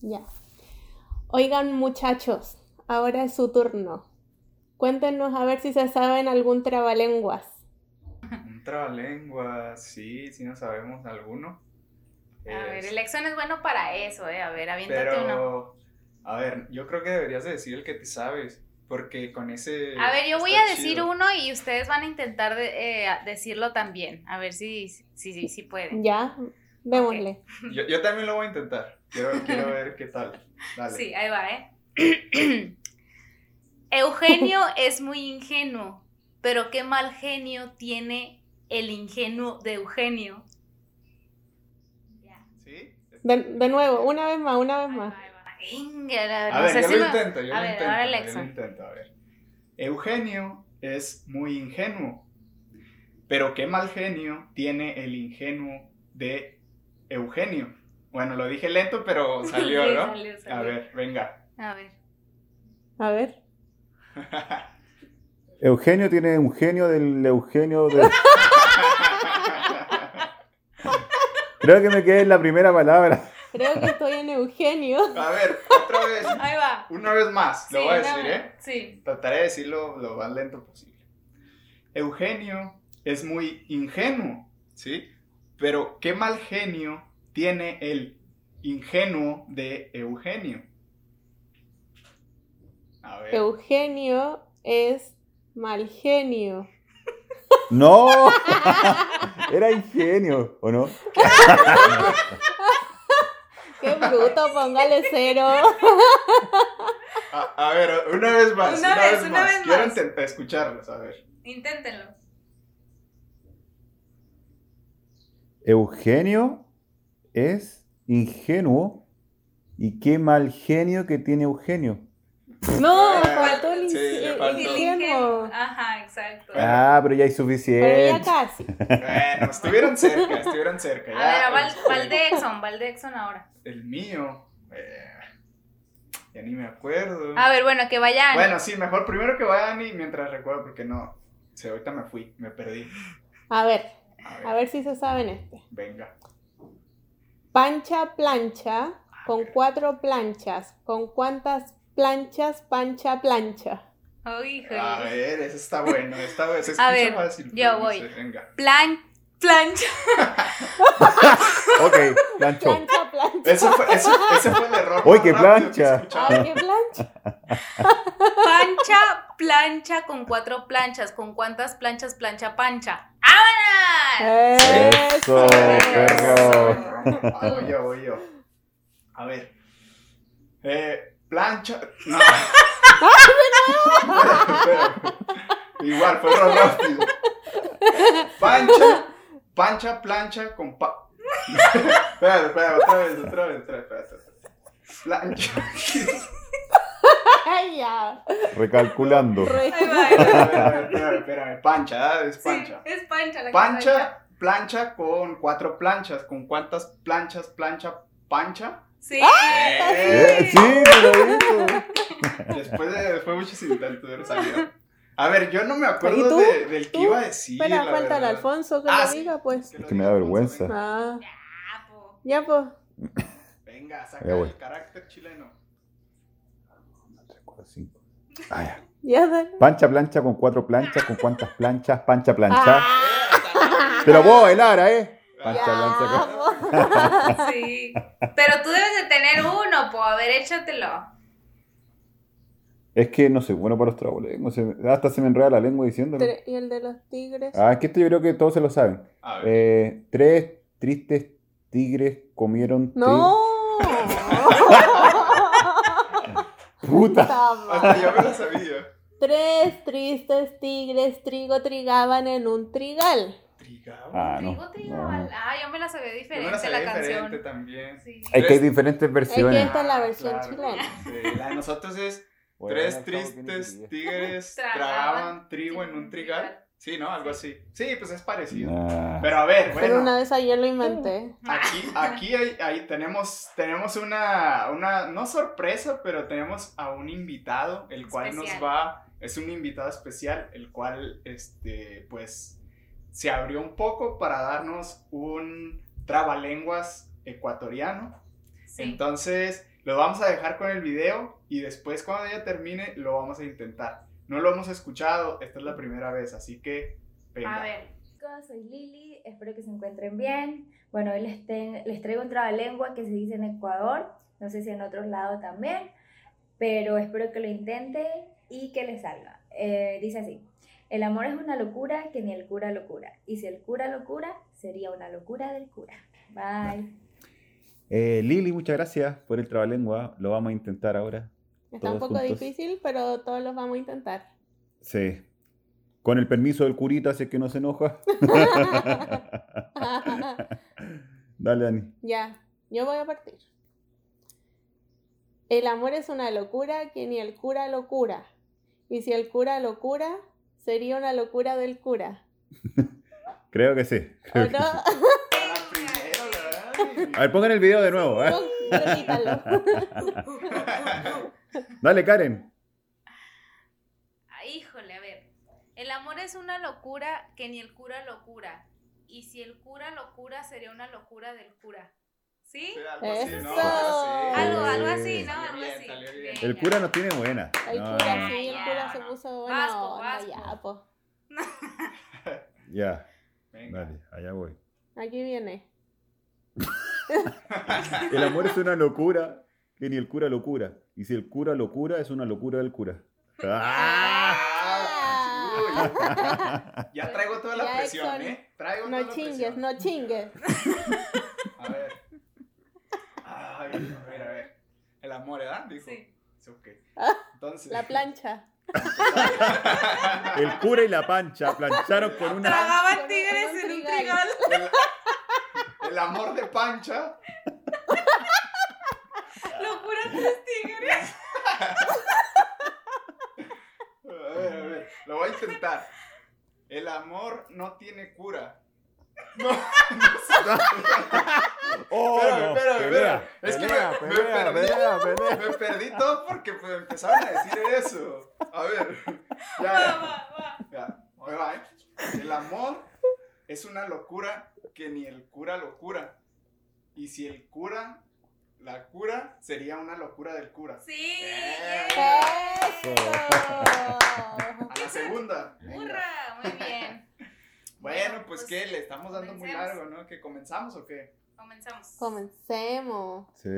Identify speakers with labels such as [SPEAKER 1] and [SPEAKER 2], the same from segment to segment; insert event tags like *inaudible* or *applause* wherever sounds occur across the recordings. [SPEAKER 1] Ya. Oigan, muchachos, ahora es su turno. Cuéntenos a ver si se saben algún trabalenguas.
[SPEAKER 2] Un trabalenguas, sí, si no sabemos alguno.
[SPEAKER 3] A ver, el Exxon es bueno para eso, ¿eh? A ver, aviéntate uno.
[SPEAKER 2] Pero, a ver, yo creo que deberías de decir el que te sabes, porque con ese...
[SPEAKER 3] A ver, yo voy
[SPEAKER 2] eh, está
[SPEAKER 3] a decir
[SPEAKER 2] chido.
[SPEAKER 3] uno y ustedes van a intentar de- eh, a- decirlo también. A ver si, si, si, si pueden.
[SPEAKER 1] Ya, démosle.
[SPEAKER 2] Yo, yo también lo voy a intentar. Quiero, quiero ver qué
[SPEAKER 3] *laughs*
[SPEAKER 2] tal. Dale.
[SPEAKER 3] Sí, ahí va, ¿eh? *clears throat*
[SPEAKER 2] *laughs*
[SPEAKER 3] Eugenio es muy ingenuo, pero qué mal genio tiene el ingenuo de Eugenio. Ya.
[SPEAKER 2] ¿Sí?
[SPEAKER 1] De, de nuevo, una vez más, una vez
[SPEAKER 3] Ahí va,
[SPEAKER 1] más.
[SPEAKER 3] ahí va. Venga, la
[SPEAKER 2] A
[SPEAKER 3] no
[SPEAKER 2] ver,
[SPEAKER 3] sé
[SPEAKER 2] yo
[SPEAKER 3] si
[SPEAKER 2] lo
[SPEAKER 3] me-
[SPEAKER 2] intento, yo
[SPEAKER 3] a
[SPEAKER 2] lo
[SPEAKER 3] ver,
[SPEAKER 2] intento.
[SPEAKER 3] ahora el
[SPEAKER 2] yo lo
[SPEAKER 3] Exxon.
[SPEAKER 2] intento, a ver. Eugenio es muy ingenuo, pero qué mal genio tiene el ingenuo de Eugenio. Bueno, lo dije lento,
[SPEAKER 3] *laughs*
[SPEAKER 2] pero salió,
[SPEAKER 3] Sí,
[SPEAKER 2] ¿no?
[SPEAKER 3] salió,
[SPEAKER 2] A
[SPEAKER 3] salió.
[SPEAKER 2] ver, venga. *laughs*
[SPEAKER 3] A ver.
[SPEAKER 1] A ver.
[SPEAKER 4] Eugenio tiene un genio del Eugenio de... *laughs* Creo que me quedé en la primera palabra.
[SPEAKER 1] Creo que estoy en
[SPEAKER 2] *laughs*
[SPEAKER 1] Eugenio.
[SPEAKER 2] A ver, otra vez,
[SPEAKER 3] Ahí va.
[SPEAKER 2] una vez más, lo
[SPEAKER 3] Sí,
[SPEAKER 2] voy a
[SPEAKER 3] nada
[SPEAKER 2] decir, ¿eh?
[SPEAKER 3] más. Sí.
[SPEAKER 2] Trataré de decirlo lo más lento posible. Eugenio es muy ingenuo, ¿sí? Pero qué mal genio tiene el ingenuo de Eugenio. A ver.
[SPEAKER 1] Eugenio es mal genio.
[SPEAKER 4] No, *laughs* era ingenio, ¿o no?
[SPEAKER 1] ¡Qué bruto! Póngale cero.
[SPEAKER 2] *laughs* a, a ver, una vez más.
[SPEAKER 3] Una
[SPEAKER 2] Una,
[SPEAKER 3] vez,
[SPEAKER 2] vez,
[SPEAKER 3] una
[SPEAKER 2] más.
[SPEAKER 3] vez
[SPEAKER 2] Quiero
[SPEAKER 3] más.
[SPEAKER 2] intentar escucharlos, a ver.
[SPEAKER 3] Inténtenlo.
[SPEAKER 4] Eugenio es ingenuo y qué mal genio que tiene Eugenio.
[SPEAKER 1] No, faltó el
[SPEAKER 2] Sí, le
[SPEAKER 1] inge-
[SPEAKER 2] faltó.
[SPEAKER 1] el
[SPEAKER 3] El
[SPEAKER 1] ingenuo.
[SPEAKER 3] ingenuo. Ajá, exacto.
[SPEAKER 2] Bueno.
[SPEAKER 4] Ah, pero ya
[SPEAKER 1] Pero
[SPEAKER 4] hay
[SPEAKER 1] ya
[SPEAKER 4] suficiente.
[SPEAKER 1] casi.
[SPEAKER 2] Bueno, estuvieron cerca, estuvieron cerca.
[SPEAKER 3] A
[SPEAKER 2] ya,
[SPEAKER 3] ver, a Val,
[SPEAKER 2] este,
[SPEAKER 3] Valdexon, Valdexon ahora.
[SPEAKER 2] El mío. eh, ya ni me acuerdo.
[SPEAKER 3] A ver, bueno, que vayan.
[SPEAKER 2] Bueno, sí, mejor primero que vayan y mientras recuerdo, porque no. Sí, ahorita me fui, me perdí.
[SPEAKER 1] A ver,
[SPEAKER 2] A ver,
[SPEAKER 1] a ver si se saben este.
[SPEAKER 2] venga.
[SPEAKER 1] Pancha plancha con
[SPEAKER 2] Ah,
[SPEAKER 1] cuatro planchas. ¿Con cuántas planchas pancha plancha?
[SPEAKER 3] Oh, hijo.
[SPEAKER 2] A ver, eso está bueno, está bueno. Se escucha
[SPEAKER 3] A ver,
[SPEAKER 2] fácil,
[SPEAKER 3] yo
[SPEAKER 2] pero no
[SPEAKER 3] voy.
[SPEAKER 2] sé, venga.
[SPEAKER 3] Plan, plancha.
[SPEAKER 4] Ok, plancho.
[SPEAKER 1] Plancha plancha.
[SPEAKER 2] Eso fue, eso, ese fue el error.
[SPEAKER 4] Uy,
[SPEAKER 2] más
[SPEAKER 4] qué
[SPEAKER 2] rápido que
[SPEAKER 4] plancha.
[SPEAKER 2] escuchaba.
[SPEAKER 1] Ay, qué
[SPEAKER 4] *laughs*
[SPEAKER 1] plancha.
[SPEAKER 3] Pancha, plancha con cuatro planchas. ¿Con cuántas planchas plancha pancha? ¡Vámonos!
[SPEAKER 4] Eso, perro.
[SPEAKER 2] Ah, voy yo, voy yo. A ver. Eh, plancha. No. Espera, Igual, fue lo rápido. Pancha. Pancha, plancha con pa. espera, espera, otra vez, otra vez, otra vez. espera, espera, espera. Plancha.
[SPEAKER 1] Ay, ya.
[SPEAKER 4] Recalculando.
[SPEAKER 1] Re-
[SPEAKER 3] Ahí va,
[SPEAKER 2] *laughs*
[SPEAKER 3] ahí va.
[SPEAKER 2] Espera, espera, espera, espera, Pancha, ¿ah? es
[SPEAKER 3] Sí,
[SPEAKER 2] pancha.
[SPEAKER 3] es pancha la que plancha.
[SPEAKER 2] Pancha, plancha con cuatro planchas. ¿Con cuántas planchas, plancha, pancha?
[SPEAKER 3] Sí.
[SPEAKER 2] ¡Ah!
[SPEAKER 4] Eh, Sí, te lo digo.
[SPEAKER 2] Después de, después de muchos intentos de haber salido. A ver, yo no me acuerdo
[SPEAKER 1] ¿Y tú?
[SPEAKER 2] de- del que
[SPEAKER 1] ¿Tú?
[SPEAKER 2] iba a decir.
[SPEAKER 1] Espera,
[SPEAKER 2] la
[SPEAKER 1] falta el
[SPEAKER 2] verdad.
[SPEAKER 1] Alfonso que
[SPEAKER 2] Ah,
[SPEAKER 1] lo
[SPEAKER 2] sí.
[SPEAKER 1] diga, pues.
[SPEAKER 2] lo
[SPEAKER 4] que me
[SPEAKER 2] diga
[SPEAKER 4] da
[SPEAKER 2] Alfonso,
[SPEAKER 4] vergüenza.
[SPEAKER 2] Venga,
[SPEAKER 1] Ah,
[SPEAKER 3] Ah, po.
[SPEAKER 1] ya, pues.
[SPEAKER 2] Venga, saca
[SPEAKER 4] Ya voy.
[SPEAKER 2] el carácter chileno.
[SPEAKER 4] Ah, ya.
[SPEAKER 1] Ya, dale.
[SPEAKER 4] Pancha plancha con cuatro planchas, con cuántas planchas, pancha plancha.
[SPEAKER 2] Ah,
[SPEAKER 4] Te lo puedo bailar, ¿eh?
[SPEAKER 1] Ah, Ya,
[SPEAKER 4] Pancha plancha. con-
[SPEAKER 3] Sí. Pero tú debes de tener uno, po. A ver, échatelo.
[SPEAKER 2] Ah,
[SPEAKER 4] Es que no soy bueno para los trabolengos. se me- Hasta se me enreda la lengua diciéndolo.
[SPEAKER 1] po. Y el de los tigres.
[SPEAKER 4] Ah, es que esto yo creo que todos se lo saben.
[SPEAKER 2] A ver.
[SPEAKER 4] Eh, tres tristes tigres comieron. tri-
[SPEAKER 1] No. *laughs*
[SPEAKER 4] ¡Puta!
[SPEAKER 1] Puta
[SPEAKER 2] Hasta
[SPEAKER 1] madre.
[SPEAKER 2] yo me lo sabía.
[SPEAKER 1] Tres tristes tigres trigo trigaban en un trigal.
[SPEAKER 2] Trigao.
[SPEAKER 4] Ah, no.
[SPEAKER 3] Trigo, trigo,
[SPEAKER 4] no, no.
[SPEAKER 3] Ah, yo me la sabía
[SPEAKER 2] Yo me
[SPEAKER 3] diferente
[SPEAKER 2] lo sabía
[SPEAKER 3] la
[SPEAKER 2] diferente
[SPEAKER 3] canción.
[SPEAKER 2] también.
[SPEAKER 3] Sí.
[SPEAKER 4] Es que hay diferentes
[SPEAKER 1] Es que
[SPEAKER 4] versiones.
[SPEAKER 1] esta es la
[SPEAKER 2] Ah,
[SPEAKER 1] versión
[SPEAKER 2] claro.
[SPEAKER 1] chilena.
[SPEAKER 2] Sí, la de nosotros es tres tristes
[SPEAKER 3] *laughs*
[SPEAKER 2] tigres
[SPEAKER 3] Tragaban
[SPEAKER 2] tragaban trigo en un trigal. Sí, ¿no? Algo así. Sí, pues es parecido.
[SPEAKER 4] Ah.
[SPEAKER 2] Pero a ver,
[SPEAKER 1] Pero
[SPEAKER 2] bueno.
[SPEAKER 1] una vez ayer lo inventé.
[SPEAKER 3] *laughs*
[SPEAKER 2] Aquí, aquí hay- ahí tenemos, tenemos una, una, no sorpresa, pero tenemos a un invitado, el cual
[SPEAKER 3] Especial.
[SPEAKER 2] nos va, es un invitado especial, el cual, este, pues, se abrió un poco para darnos un trabalenguas ecuatoriano.
[SPEAKER 3] Sí.
[SPEAKER 2] Entonces, Lo vamos a dejar con el video y después cuando ella termine lo vamos a intentar. No lo hemos escuchado, esta es la primera vez, así que venga.
[SPEAKER 3] A ver.
[SPEAKER 5] chicos, soy Lili, espero que se encuentren bien. Bueno, hoy les, ten- les traigo un trabalengua que se dice en Ecuador, no sé si en otros lados también, pero espero que lo intenten y que les salga. Eh, dice así, el amor es una locura que ni el cura lo cura, y si el cura lo cura, sería una locura del cura. Bye.
[SPEAKER 4] Eh, Lili, muchas gracias por el trabalengua. Lo vamos a intentar ahora.
[SPEAKER 1] Está un
[SPEAKER 4] Todos
[SPEAKER 1] poco
[SPEAKER 4] juntos.
[SPEAKER 1] difícil, pero todos los vamos a intentar. *laughs*
[SPEAKER 4] Sí. Con el permiso del curita, si es que no
[SPEAKER 1] *laughs*
[SPEAKER 4] se enoja. *laughs* Dale, Dani.
[SPEAKER 1] Ya, yo voy a partir. El amor es una locura que ni el cura lo cura. Y si el cura lo cura, sería una locura del cura.
[SPEAKER 4] Creo que sí.
[SPEAKER 1] ¿O no?
[SPEAKER 2] Para primero, la
[SPEAKER 4] A ver, pongan el video de nuevo. ¿eh?
[SPEAKER 1] *laughs* Repítalo.
[SPEAKER 2] verdad.
[SPEAKER 4] Dale, Karen.
[SPEAKER 3] Ah, Híjole, a ver. El amor es una locura que ni el cura lo cura. Y si el cura lo cura, sería una locura del cura. ¿Sí?
[SPEAKER 2] Sí, algo así,
[SPEAKER 1] Eso.
[SPEAKER 2] ¿no? Algo así.
[SPEAKER 3] Algo, algo así, ¿no?
[SPEAKER 2] Salió
[SPEAKER 3] Algo
[SPEAKER 2] bien,
[SPEAKER 3] así.
[SPEAKER 2] salió bien.
[SPEAKER 3] Venga.
[SPEAKER 4] El cura nos tiene buena.
[SPEAKER 1] El
[SPEAKER 4] No,
[SPEAKER 1] cura,
[SPEAKER 4] no,
[SPEAKER 1] sí, el
[SPEAKER 3] ya,
[SPEAKER 1] cura se
[SPEAKER 2] no.
[SPEAKER 1] puso bueno.
[SPEAKER 3] Vasco, vasco.
[SPEAKER 1] Ya, po.
[SPEAKER 4] Ya,
[SPEAKER 2] Venga.
[SPEAKER 4] dale, allá voy.
[SPEAKER 1] Aquí viene.
[SPEAKER 4] El amor es una locura que ni el cura lo cura. Y si el cura lo cura, es una locura del cura. ¡Ah!
[SPEAKER 1] *laughs*
[SPEAKER 2] Ah, uy. Ya traigo toda la
[SPEAKER 1] Ya,
[SPEAKER 2] presión,
[SPEAKER 1] Edson,
[SPEAKER 2] ¿eh? Traigo toda
[SPEAKER 1] No
[SPEAKER 2] la
[SPEAKER 1] chingues,
[SPEAKER 2] presión.
[SPEAKER 1] no chingues.
[SPEAKER 2] A ver. Ay, a ver, a ver. El amor, ¿verdad? Dijo.
[SPEAKER 3] Sí.
[SPEAKER 2] Es ok.
[SPEAKER 1] Ah,
[SPEAKER 2] Entonces. *laughs*
[SPEAKER 1] La plancha.
[SPEAKER 4] El cura y la pancha plancharon con una.
[SPEAKER 3] Tragaba
[SPEAKER 1] Con un-
[SPEAKER 3] el tigre
[SPEAKER 1] con un
[SPEAKER 3] en un
[SPEAKER 1] trigal.
[SPEAKER 2] *laughs*
[SPEAKER 3] trigal.
[SPEAKER 2] El amor de Pancha.
[SPEAKER 3] Locura tres
[SPEAKER 2] *laughs*
[SPEAKER 3] tigres.
[SPEAKER 2] A ver, a ver. Lo voy a intentar. El amor no tiene cura. No, no sé.
[SPEAKER 4] ¡Oh!
[SPEAKER 2] Espérame,
[SPEAKER 4] no,
[SPEAKER 2] espérame, espérame.
[SPEAKER 4] pelea,
[SPEAKER 2] Es que
[SPEAKER 4] pelea,
[SPEAKER 2] me- me
[SPEAKER 4] pelea,
[SPEAKER 2] perdí.
[SPEAKER 4] pelea, pelea.
[SPEAKER 2] Me perdí todo porque me empezaron a decir eso. A ver.
[SPEAKER 3] Va,
[SPEAKER 2] Ya,
[SPEAKER 3] va, va.
[SPEAKER 2] ya. Ahí va, ¿eh? El amor es una locura que ni el cura lo cura. Y si el cura la cura, sería una locura del cura.
[SPEAKER 3] Sí.
[SPEAKER 2] Eh.
[SPEAKER 3] yeah.
[SPEAKER 1] ¡Eso!
[SPEAKER 2] A la segunda. Venga.
[SPEAKER 3] ¡Hurra! Muy bien.
[SPEAKER 2] Bueno, pues que le estamos dando muy
[SPEAKER 3] comencemos.
[SPEAKER 2] largo, ¿no? ¿Que comenzamos o qué?
[SPEAKER 3] Comenzamos.
[SPEAKER 1] Comencemos.
[SPEAKER 4] Sí.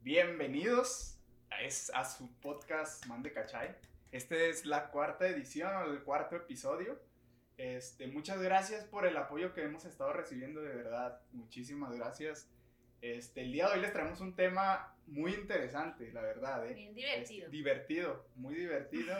[SPEAKER 2] Bienvenidos a, es, a su podcast Mande Cachay. Este es la cuarta edición o el cuarto episodio. Este, muchas gracias por el apoyo que hemos estado recibiendo, de verdad. Muchísimas gracias. Este, el día de hoy les traemos un tema muy interesante, la verdad. ¿eh?
[SPEAKER 3] Bien
[SPEAKER 2] Es
[SPEAKER 3] divertido.
[SPEAKER 2] divertido, muy divertido.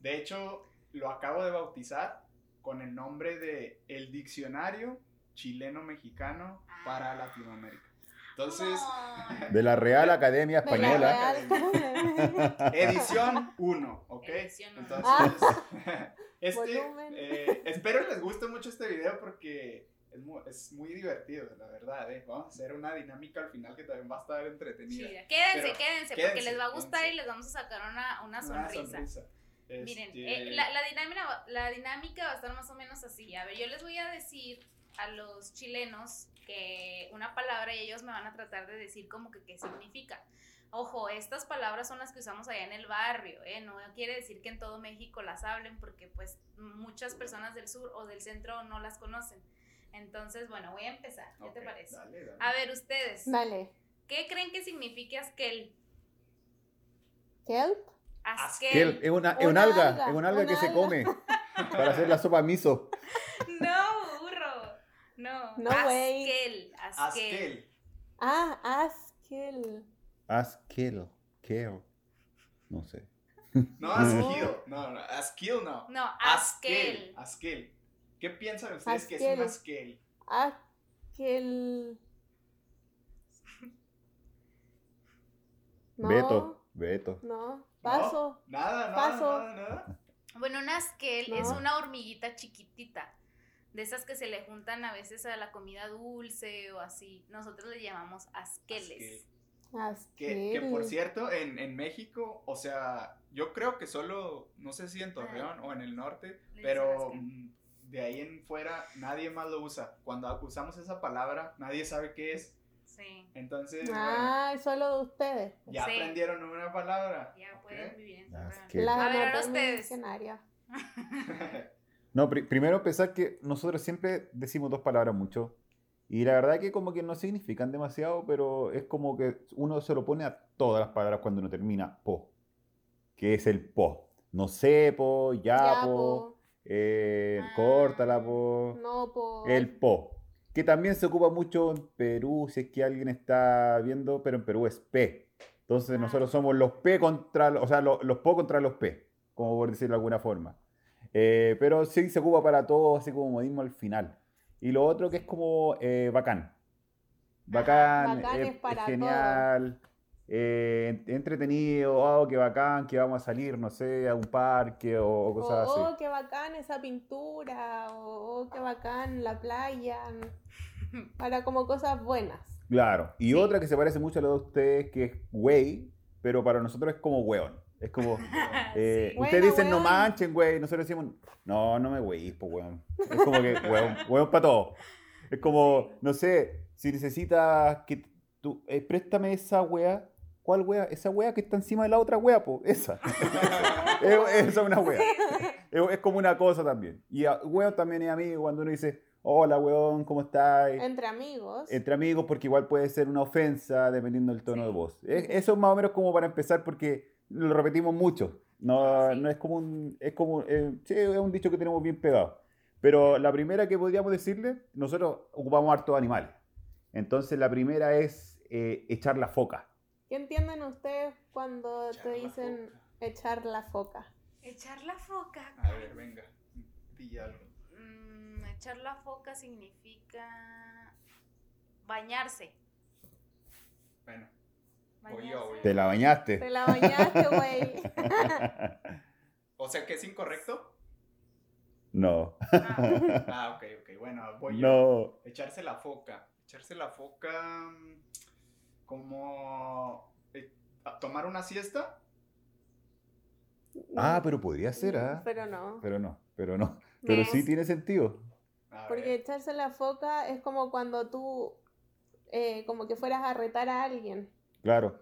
[SPEAKER 2] De hecho, lo acabo de bautizar con el nombre de El Diccionario Chileno-Mexicano para Latinoamérica. Entonces,
[SPEAKER 3] Ay.
[SPEAKER 4] De la Real Academia
[SPEAKER 1] De la
[SPEAKER 4] Española.
[SPEAKER 1] Real. *laughs*
[SPEAKER 2] edición 1, ¿ok?
[SPEAKER 3] Edición
[SPEAKER 1] *laughs*
[SPEAKER 3] uno.
[SPEAKER 2] Entonces, este,
[SPEAKER 1] Volumen.
[SPEAKER 2] eh, espero les guste mucho este video porque es mu- es muy, divertido, la verdad. ¿eh? Vamos a hacer una dinámica al final que también va a estar entretenida.
[SPEAKER 3] Chida. Quédense,
[SPEAKER 2] Pero,
[SPEAKER 3] quédense, porque
[SPEAKER 2] quédense,
[SPEAKER 3] les va a gustar
[SPEAKER 2] quédense.
[SPEAKER 3] y les vamos a sacar una, una
[SPEAKER 2] Una
[SPEAKER 3] sonrisa.
[SPEAKER 2] sonrisa.
[SPEAKER 3] Miren,
[SPEAKER 2] Este,
[SPEAKER 3] eh, la, la dinámica, va- la dinámica va a estar más o menos así. A ver, yo les voy a decir a los chilenos que una palabra y ellos me van a tratar de decir como que qué significa. Ojo, estas palabras son las que usamos allá en el barrio, ¿eh? No quiere decir que en todo México las hablen porque pues muchas personas del sur o del centro no las conocen. Entonces, bueno, voy a empezar. ¿Qué
[SPEAKER 2] ok,
[SPEAKER 3] te parece?
[SPEAKER 2] dale, dale.
[SPEAKER 3] A ver, ustedes,
[SPEAKER 1] Dale.
[SPEAKER 3] ¿qué creen que significa askel?
[SPEAKER 1] Kelp.
[SPEAKER 4] Que
[SPEAKER 3] Askel.
[SPEAKER 4] el- es una, es
[SPEAKER 1] Una
[SPEAKER 4] un alga,
[SPEAKER 1] alga,
[SPEAKER 4] es un alga
[SPEAKER 1] una
[SPEAKER 4] que se
[SPEAKER 1] alga.
[SPEAKER 4] come para hacer la sopa miso.
[SPEAKER 3] *laughs* No, burro. No.
[SPEAKER 1] No, güey.
[SPEAKER 3] askel, askel.
[SPEAKER 2] Askel.
[SPEAKER 1] Ah, Askel.
[SPEAKER 4] Askel, kill. No sé.
[SPEAKER 2] No,
[SPEAKER 4] No.
[SPEAKER 2] asquil. No, no, asquil no.
[SPEAKER 3] No,
[SPEAKER 2] Askel.
[SPEAKER 3] askel.
[SPEAKER 2] Askel. ¿Qué piensan ustedes que es
[SPEAKER 1] Askel.
[SPEAKER 2] un askel?
[SPEAKER 1] Askel. No,
[SPEAKER 4] *laughs* Beto, Beto.
[SPEAKER 1] No. Paso.
[SPEAKER 2] Nada, nada,
[SPEAKER 1] Paso.
[SPEAKER 2] nada, nada.
[SPEAKER 3] Bueno, un askel
[SPEAKER 1] No.
[SPEAKER 3] es una hormiguita chiquitita. De esas que se le juntan a veces a la comida dulce o así. Nosotros le llamamos askeles.
[SPEAKER 2] Askel. Que,
[SPEAKER 1] Askel.
[SPEAKER 2] que, por cierto, en, en México, o sea, yo creo que solo, no sé si en Torreón o en el norte,
[SPEAKER 3] Ah. dicen
[SPEAKER 2] pero
[SPEAKER 3] askel.
[SPEAKER 2] mm, de ahí en fuera nadie más lo usa. Cuando usamos esa palabra, nadie sabe qué es.
[SPEAKER 3] Sí. eh.
[SPEAKER 2] Entonces,
[SPEAKER 1] Ah, es solo de ustedes.
[SPEAKER 2] bueno, ya
[SPEAKER 3] Sí.
[SPEAKER 2] aprendieron una palabra.
[SPEAKER 3] Ya
[SPEAKER 2] ¿ok?
[SPEAKER 1] *laughs* Eh,
[SPEAKER 2] *laughs*
[SPEAKER 3] pueden vivir en su
[SPEAKER 4] Ah, es
[SPEAKER 3] casa.
[SPEAKER 4] que-
[SPEAKER 1] Las
[SPEAKER 3] A ver, ahora
[SPEAKER 1] anoté en mi
[SPEAKER 3] ustedes.
[SPEAKER 1] diccionario.
[SPEAKER 4] No, pri- primero pensar que nosotros siempre decimos dos palabras mucho. Y la verdad que como que no significan demasiado, pero es como que uno se lo pone a todas las palabras cuando uno termina po. Que es el po. No sé, po, ya, po,
[SPEAKER 1] Yapo,
[SPEAKER 4] eh,
[SPEAKER 3] Ah.
[SPEAKER 4] córtala, po.
[SPEAKER 1] no po.
[SPEAKER 4] El po. Que también se ocupa mucho en Perú, si es que alguien está viendo, pero en Perú es P. Entonces
[SPEAKER 3] Ah.
[SPEAKER 4] nosotros somos los P contra, o sea, lo- los, po contra los P, como por decirlo de alguna forma. Eh, pero sí se ocupa para todo, así como modismo al final. Y lo otro que es como eh, bacán. Bacán,
[SPEAKER 1] Ah, bacán
[SPEAKER 4] es,
[SPEAKER 1] es para
[SPEAKER 4] es genial, eh, entretenido, oh, qué bacán, que vamos a salir, no sé, a un parque o, o
[SPEAKER 1] O,
[SPEAKER 4] cosas pues así.
[SPEAKER 1] oh, qué bacán esa pintura. O, oh, qué bacán la
[SPEAKER 3] *laughs*
[SPEAKER 1] playa. Para como cosas buenas.
[SPEAKER 4] Claro. Y
[SPEAKER 3] Sí.
[SPEAKER 4] otra que se parece mucho a la de ustedes, que es güey, pero para nosotros es como weón.
[SPEAKER 1] *laughs*
[SPEAKER 4] Es como.
[SPEAKER 3] *laughs*
[SPEAKER 4] eh,
[SPEAKER 1] Ah, Sí.
[SPEAKER 4] Ustedes
[SPEAKER 1] Bueno,
[SPEAKER 4] dicen no
[SPEAKER 1] weón.
[SPEAKER 4] manchen, güey. Nosotros decimos, no, no me güey, po weón. Es como
[SPEAKER 1] *laughs*
[SPEAKER 4] que weón, weón para todo. Es como, no sé, si necesitas que tú. eh, préstame esa wea. ¿Cuál wea? Esa wea que está encima de la otra wea, po.
[SPEAKER 1] *laughs*
[SPEAKER 4] Esa. *laughs* Es- esa es una wea. Es, es como una cosa también. Y a- weón también es amigo cuando uno dice, hola weón, ¿cómo estás?
[SPEAKER 1] Entre amigos.
[SPEAKER 4] entre amigos porque igual puede ser una ofensa dependiendo del tono
[SPEAKER 3] Sí.
[SPEAKER 4] de voz. Es- eso es más o menos como para empezar porque lo repetimos mucho. No,
[SPEAKER 3] Sí.
[SPEAKER 4] no es como un, es como, eh, sí, es un dicho que tenemos bien pegado. Pero la primera que podríamos decirle, nosotros ocupamos hartos animales. Entonces la primera es eh, echar la foca.
[SPEAKER 1] ¿Qué entienden ustedes cuando
[SPEAKER 2] Echar
[SPEAKER 1] te
[SPEAKER 2] la
[SPEAKER 1] dicen
[SPEAKER 2] foca.
[SPEAKER 1] echar la foca?
[SPEAKER 3] Echar la foca.
[SPEAKER 2] A ver, venga. Di algo.
[SPEAKER 3] Mm, echar la foca significa bañarse.
[SPEAKER 2] Bueno, Voy yo, voy
[SPEAKER 3] bañarse.
[SPEAKER 2] yo.
[SPEAKER 4] Te la bañaste.
[SPEAKER 1] Te la bañaste, güey.
[SPEAKER 2] o sea que
[SPEAKER 1] *laughs*
[SPEAKER 2] es incorrecto.
[SPEAKER 4] no,
[SPEAKER 3] Ah,
[SPEAKER 2] Ah, ok, ok. Bueno, voy yo.
[SPEAKER 4] no.
[SPEAKER 2] Echarse la foca. Echarse la foca mm, como eh, a tomar una siesta.
[SPEAKER 4] Ah, pero podría ser, ¿ah?
[SPEAKER 1] Pero no.
[SPEAKER 4] Pero no, pero no. Pero
[SPEAKER 3] ¿Ves?
[SPEAKER 4] sí tiene sentido.
[SPEAKER 2] A
[SPEAKER 1] Porque
[SPEAKER 2] ver.
[SPEAKER 1] echarse la foca es como cuando tú, eh, como que fueras a retar a alguien.
[SPEAKER 4] Claro.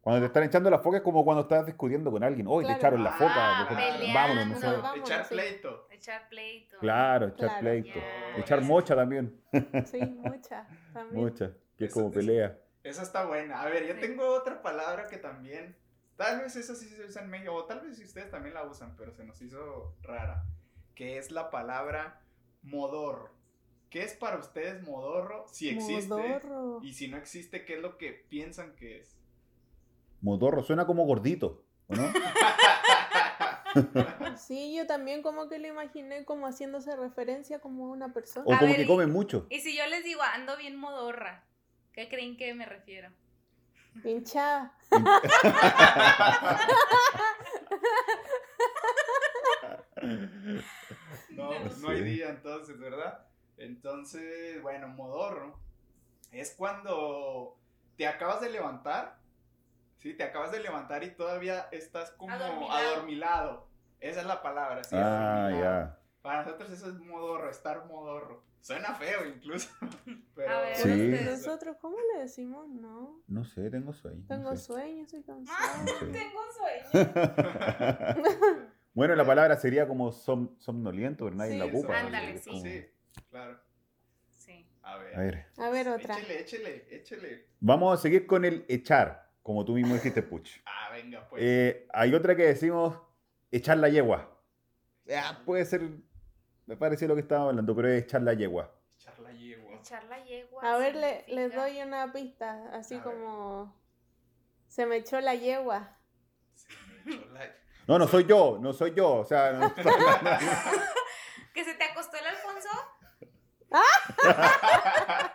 [SPEAKER 4] Cuando te están echando la foca es como cuando estás discutiendo con alguien. Hoy
[SPEAKER 1] Claro.
[SPEAKER 4] te echaron la foca.
[SPEAKER 3] Ah,
[SPEAKER 4] por ejemplo.
[SPEAKER 3] peleando.
[SPEAKER 4] pues, Vámonos, no sé.
[SPEAKER 1] Bueno, vamos,
[SPEAKER 2] Echar
[SPEAKER 1] sí.
[SPEAKER 2] pleito.
[SPEAKER 3] echar pleito.
[SPEAKER 4] Claro, echar
[SPEAKER 1] Claro.
[SPEAKER 4] pleito.
[SPEAKER 3] Ya.
[SPEAKER 4] Echar mocha también.
[SPEAKER 1] Sí, muchas. También.
[SPEAKER 4] Mocha, que es
[SPEAKER 2] Eso-
[SPEAKER 4] como
[SPEAKER 2] eso-
[SPEAKER 4] pelea.
[SPEAKER 2] Esa está buena. A ver, yo
[SPEAKER 3] Sí.
[SPEAKER 2] tengo otra palabra que también. Tal vez esa sí se usa en México, o tal vez ustedes también la usan, pero se nos hizo rara. Que es la palabra modorro. ¿Qué es para ustedes modorro? Si existe.
[SPEAKER 1] Modorro.
[SPEAKER 2] Y si no existe, ¿qué es lo que piensan que
[SPEAKER 1] *laughs*
[SPEAKER 2] es?
[SPEAKER 4] Modorro, suena como gordito, ¿o no?
[SPEAKER 1] Sí, yo también como que lo imaginé como haciéndose referencia como a una persona.
[SPEAKER 4] O
[SPEAKER 3] A
[SPEAKER 4] como
[SPEAKER 3] ver,
[SPEAKER 4] que
[SPEAKER 3] y-
[SPEAKER 4] come mucho.
[SPEAKER 3] Y si yo les digo ando bien modorra, ¿qué creen que me refiero?
[SPEAKER 1] Pinchada.
[SPEAKER 2] No, pues,
[SPEAKER 3] No
[SPEAKER 2] no hay
[SPEAKER 4] sé.
[SPEAKER 2] día entonces, ¿verdad? Entonces, bueno, modorro es cuando te acabas de levantar, ¿sí? Te acabas de levantar y todavía estás como
[SPEAKER 3] Adormilado.
[SPEAKER 2] adormilado. Esa es la palabra, ¿sí?
[SPEAKER 4] Ah,
[SPEAKER 2] adormilado.
[SPEAKER 4] ya.
[SPEAKER 2] Para nosotros eso es modorro, estar modorro. Suena feo incluso, *laughs* pero...
[SPEAKER 3] A ver,
[SPEAKER 4] Sí. ustedes.
[SPEAKER 1] Nosotros, ¿cómo le decimos? No.
[SPEAKER 4] No sé, tengo sueño. no
[SPEAKER 1] Tengo
[SPEAKER 4] sé.
[SPEAKER 1] sueño, estoy
[SPEAKER 3] Ah,
[SPEAKER 1] cansada.
[SPEAKER 4] Sí.
[SPEAKER 3] *laughs* tengo sueño.
[SPEAKER 4] *laughs* Bueno, la palabra sería como som- somnoliento, pero nadie
[SPEAKER 1] Sí,
[SPEAKER 4] la ocupa. ¿no?
[SPEAKER 3] ándale,
[SPEAKER 4] Es
[SPEAKER 3] sí.
[SPEAKER 4] como-
[SPEAKER 2] Sí, claro.
[SPEAKER 3] Sí.
[SPEAKER 2] A ver.
[SPEAKER 4] A ver.
[SPEAKER 1] A ver, otra.
[SPEAKER 2] Échele, échele, échele.
[SPEAKER 4] Vamos a seguir con el echar, como tú mismo dijiste, Puch.
[SPEAKER 2] Ah, venga, pues.
[SPEAKER 4] Eh, hay otra que decimos echar la yegua. Ah, puede ser, me parece lo que estaba hablando, pero es echar la yegua.
[SPEAKER 2] Echar la yegua.
[SPEAKER 3] Echar la yegua.
[SPEAKER 1] A ver, le-
[SPEAKER 3] significa-
[SPEAKER 1] les doy una pista, así
[SPEAKER 2] A ver.
[SPEAKER 1] como... Se me echó la yegua.
[SPEAKER 2] Se me echó la-
[SPEAKER 4] No, no soy yo, no soy yo. O sea, no,
[SPEAKER 3] ¿Que se te acostó el
[SPEAKER 1] *laughs*
[SPEAKER 3] Alfonso?
[SPEAKER 1] Ah.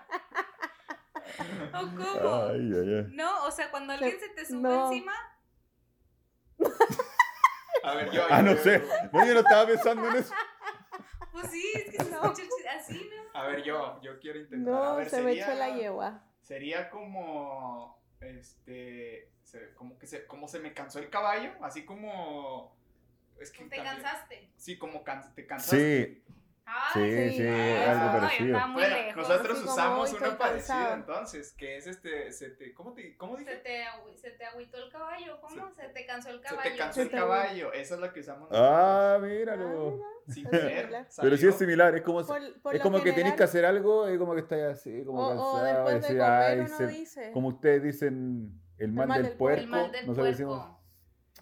[SPEAKER 3] *laughs* ¿O cómo?
[SPEAKER 4] Ay, ay, ay.
[SPEAKER 3] No, o sea, cuando alguien se te sube
[SPEAKER 1] no.
[SPEAKER 3] encima,
[SPEAKER 2] A ver, yo.
[SPEAKER 4] Ah,
[SPEAKER 2] yo,
[SPEAKER 4] no
[SPEAKER 2] yo,
[SPEAKER 4] sé.
[SPEAKER 2] yo.
[SPEAKER 4] No, yo no estaba pensando en eso.
[SPEAKER 3] pues sí, es que se escucha ch- así, ¿no?
[SPEAKER 2] A ver, yo, yo quiero intentar. a
[SPEAKER 1] No,
[SPEAKER 2] ver,
[SPEAKER 1] se me
[SPEAKER 2] sería,
[SPEAKER 1] echó la yegua.
[SPEAKER 2] Sería como. Este. se- como que se, como se me cansó el caballo. Así como. Es que.
[SPEAKER 3] Te
[SPEAKER 2] también-
[SPEAKER 3] cansaste.
[SPEAKER 2] Sí, como can- te cansaste.
[SPEAKER 4] Sí,
[SPEAKER 3] Ah,
[SPEAKER 4] Sí,
[SPEAKER 1] sí.
[SPEAKER 4] sí,
[SPEAKER 2] Ah,
[SPEAKER 4] algo
[SPEAKER 3] no, yo
[SPEAKER 4] parecido.
[SPEAKER 3] andaba muy
[SPEAKER 2] bueno,
[SPEAKER 3] lejos,
[SPEAKER 2] nosotros
[SPEAKER 1] así como
[SPEAKER 2] usamos
[SPEAKER 1] hoy
[SPEAKER 2] una
[SPEAKER 1] estoy
[SPEAKER 2] parecida
[SPEAKER 1] cansado.
[SPEAKER 2] entonces, que es este, se te, ¿cómo, te, cómo dije?
[SPEAKER 3] Se te, agü- se te agüitó el caballo, ¿cómo? Se, te cansó el
[SPEAKER 2] Se
[SPEAKER 3] caballo.
[SPEAKER 2] te cansó
[SPEAKER 1] Se
[SPEAKER 2] el
[SPEAKER 1] te-
[SPEAKER 2] caballo, esa es la que usamos nosotros.
[SPEAKER 4] Ah,
[SPEAKER 1] Ah,
[SPEAKER 4] míralo.
[SPEAKER 1] mira. *laughs*
[SPEAKER 2] sin
[SPEAKER 1] es
[SPEAKER 2] querer,
[SPEAKER 1] similar.
[SPEAKER 4] Pero sí
[SPEAKER 2] salió. *laughs*
[SPEAKER 4] es similar, es como,
[SPEAKER 1] Por- por
[SPEAKER 4] es
[SPEAKER 1] lo
[SPEAKER 4] como que tenés
[SPEAKER 1] general-
[SPEAKER 4] que hacer algo, es como que estás así, como
[SPEAKER 1] O, o
[SPEAKER 4] cansado,
[SPEAKER 1] después de
[SPEAKER 4] decís,
[SPEAKER 1] comer
[SPEAKER 4] "Ay,
[SPEAKER 1] uno
[SPEAKER 4] se-
[SPEAKER 1] dice.
[SPEAKER 4] como ustedes dicen, el mal,
[SPEAKER 1] mal
[SPEAKER 4] del,
[SPEAKER 1] del
[SPEAKER 4] puerco,
[SPEAKER 3] el mal del
[SPEAKER 4] nosotros decimos,
[SPEAKER 3] puerco.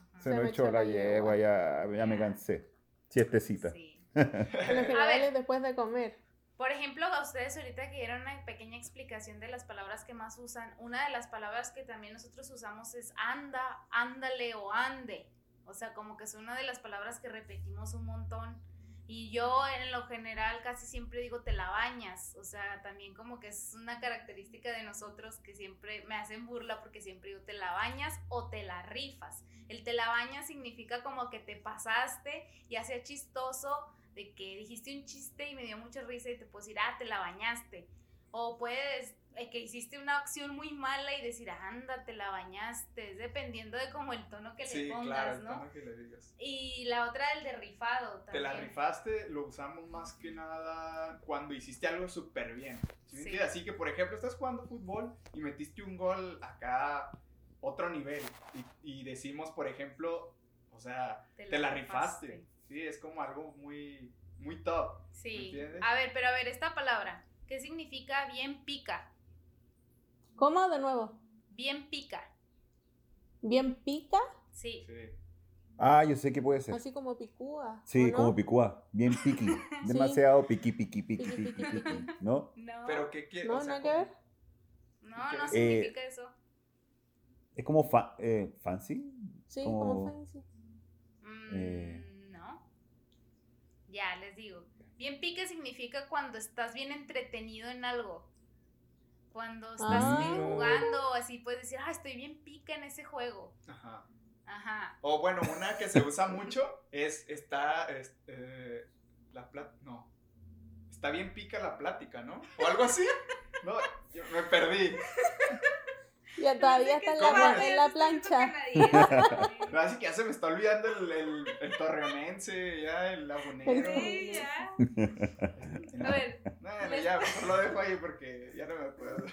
[SPEAKER 3] Ajá.
[SPEAKER 4] se,
[SPEAKER 1] Se
[SPEAKER 4] me
[SPEAKER 1] me
[SPEAKER 4] echó
[SPEAKER 1] echó la
[SPEAKER 4] la yegua, ya, ya me
[SPEAKER 3] Ya.
[SPEAKER 4] cansé. Siestecita.
[SPEAKER 3] Sí.
[SPEAKER 1] Por lo general
[SPEAKER 3] ver.
[SPEAKER 1] es después de comer.
[SPEAKER 3] Por ejemplo, a ustedes ahorita que dieron una pequeña explicación de las palabras que más usan, una de las palabras que también nosotros usamos es anda, ándale o ande. O sea, como que es una de las palabras que repetimos un montón. Y yo en lo general casi siempre digo te la bañas. O sea, también como que es una característica de nosotros que siempre me hacen burla porque siempre digo te la bañas o te la rifas. El te la bañas significa como que te pasaste, ya sea chistoso de que dijiste un chiste y me dio mucha risa y te puedo decir, ah, te la bañaste. O puedes, eh, que hiciste una acción muy mala y decir, anda, te la bañaste. Es dependiendo de como el tono que
[SPEAKER 2] Sí,
[SPEAKER 3] le pongas,
[SPEAKER 2] claro, el
[SPEAKER 3] ¿no?
[SPEAKER 2] tono que le digas.
[SPEAKER 3] Y la otra, el de rifado.
[SPEAKER 2] Te
[SPEAKER 3] También.
[SPEAKER 2] la rifaste, lo usamos más que nada cuando hiciste algo súper bien. ¿sí me
[SPEAKER 3] Sí.
[SPEAKER 2] entiendes? Así que, por ejemplo, estás jugando fútbol y metiste un gol acá, otro nivel. Y, y decimos, por ejemplo, o sea, te la rifaste. Sí, es como algo muy, muy top. ¿Me
[SPEAKER 3] Sí.
[SPEAKER 2] entiendes?
[SPEAKER 3] A ver, pero a ver, esta palabra. ¿Qué significa bien pica?
[SPEAKER 1] ¿Cómo de nuevo?
[SPEAKER 3] Bien pica.
[SPEAKER 1] ¿Bien pica?
[SPEAKER 3] Sí.
[SPEAKER 2] Sí.
[SPEAKER 4] Ah, yo sé que puede ser.
[SPEAKER 1] Así como picúa.
[SPEAKER 4] Sí,
[SPEAKER 1] ¿o no?
[SPEAKER 4] como picúa, bien piqui, demasiado piqui, piqui, piqui,
[SPEAKER 1] Piqui,
[SPEAKER 4] piqui,
[SPEAKER 1] piqui,
[SPEAKER 4] piqui,
[SPEAKER 1] piqui.
[SPEAKER 4] ¿no?
[SPEAKER 3] No.
[SPEAKER 2] Pero, ¿qué quieres?
[SPEAKER 1] No,
[SPEAKER 2] O sea,
[SPEAKER 1] nada que ver.
[SPEAKER 2] como-
[SPEAKER 3] no,
[SPEAKER 2] ¿qué-
[SPEAKER 3] no
[SPEAKER 2] eh,
[SPEAKER 3] significa eso.
[SPEAKER 4] Es como fa- eh, fancy,
[SPEAKER 1] Sí, como
[SPEAKER 4] como-
[SPEAKER 1] fancy.
[SPEAKER 3] Mm,
[SPEAKER 4] eh.
[SPEAKER 3] No. Ya, les digo. Bien pica significa cuando estás bien entretenido en algo. Cuando estás
[SPEAKER 1] Ah.
[SPEAKER 3] bien jugando o así, puedes decir, ah, estoy bien pica en ese juego.
[SPEAKER 2] Ajá.
[SPEAKER 3] Ajá.
[SPEAKER 2] O bueno, una que se usa mucho es, está, es- eh, la plática, no. Está bien pica la plática, ¿no? O algo así. No, yo me perdí.
[SPEAKER 1] Ya todavía está en la,
[SPEAKER 2] ¿Cómo
[SPEAKER 1] pla- en la plancha. *laughs*
[SPEAKER 2] No, así que ya se me está olvidando el, el, el torreonense, ya el lagunero.
[SPEAKER 3] Sí, ya.
[SPEAKER 1] *laughs*
[SPEAKER 3] A
[SPEAKER 2] No,
[SPEAKER 3] ver,
[SPEAKER 2] no, ya, mejor lo dejo ahí porque ya no me acuerdo.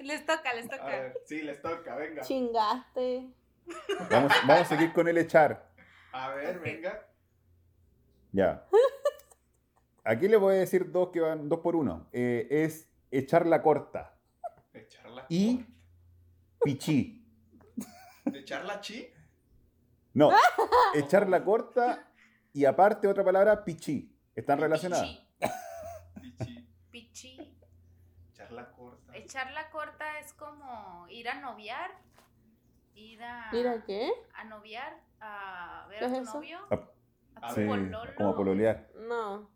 [SPEAKER 3] les toca, les
[SPEAKER 2] A
[SPEAKER 3] toca.
[SPEAKER 2] ver, sí, les toca, venga.
[SPEAKER 1] Chingaste.
[SPEAKER 4] Vamos, vamos a seguir con el echar,
[SPEAKER 2] A ver, venga.
[SPEAKER 4] ya. Aquí le voy a decir dos que van, dos por uno. Eh, es echar la corta,
[SPEAKER 2] Echar la
[SPEAKER 4] Y-
[SPEAKER 2] corta.
[SPEAKER 4] pichí.
[SPEAKER 2] ¿Echar la chi?
[SPEAKER 4] No, echar la corta y aparte otra palabra, pichí. ¿Están relacionadas?
[SPEAKER 2] Pichi.
[SPEAKER 3] Pichi. pichi.
[SPEAKER 2] Echar la corta.
[SPEAKER 3] Echar la corta es como ir a noviar. Ir a.
[SPEAKER 2] Ah.
[SPEAKER 1] Mira qué.
[SPEAKER 3] a noviar, a ver
[SPEAKER 1] ¿Qué
[SPEAKER 3] a
[SPEAKER 1] es
[SPEAKER 3] tu
[SPEAKER 1] eso?
[SPEAKER 3] novio,
[SPEAKER 4] Ah,
[SPEAKER 3] a tu
[SPEAKER 4] Sí,
[SPEAKER 3] pololo. *laughs*
[SPEAKER 4] como pololear.
[SPEAKER 1] No.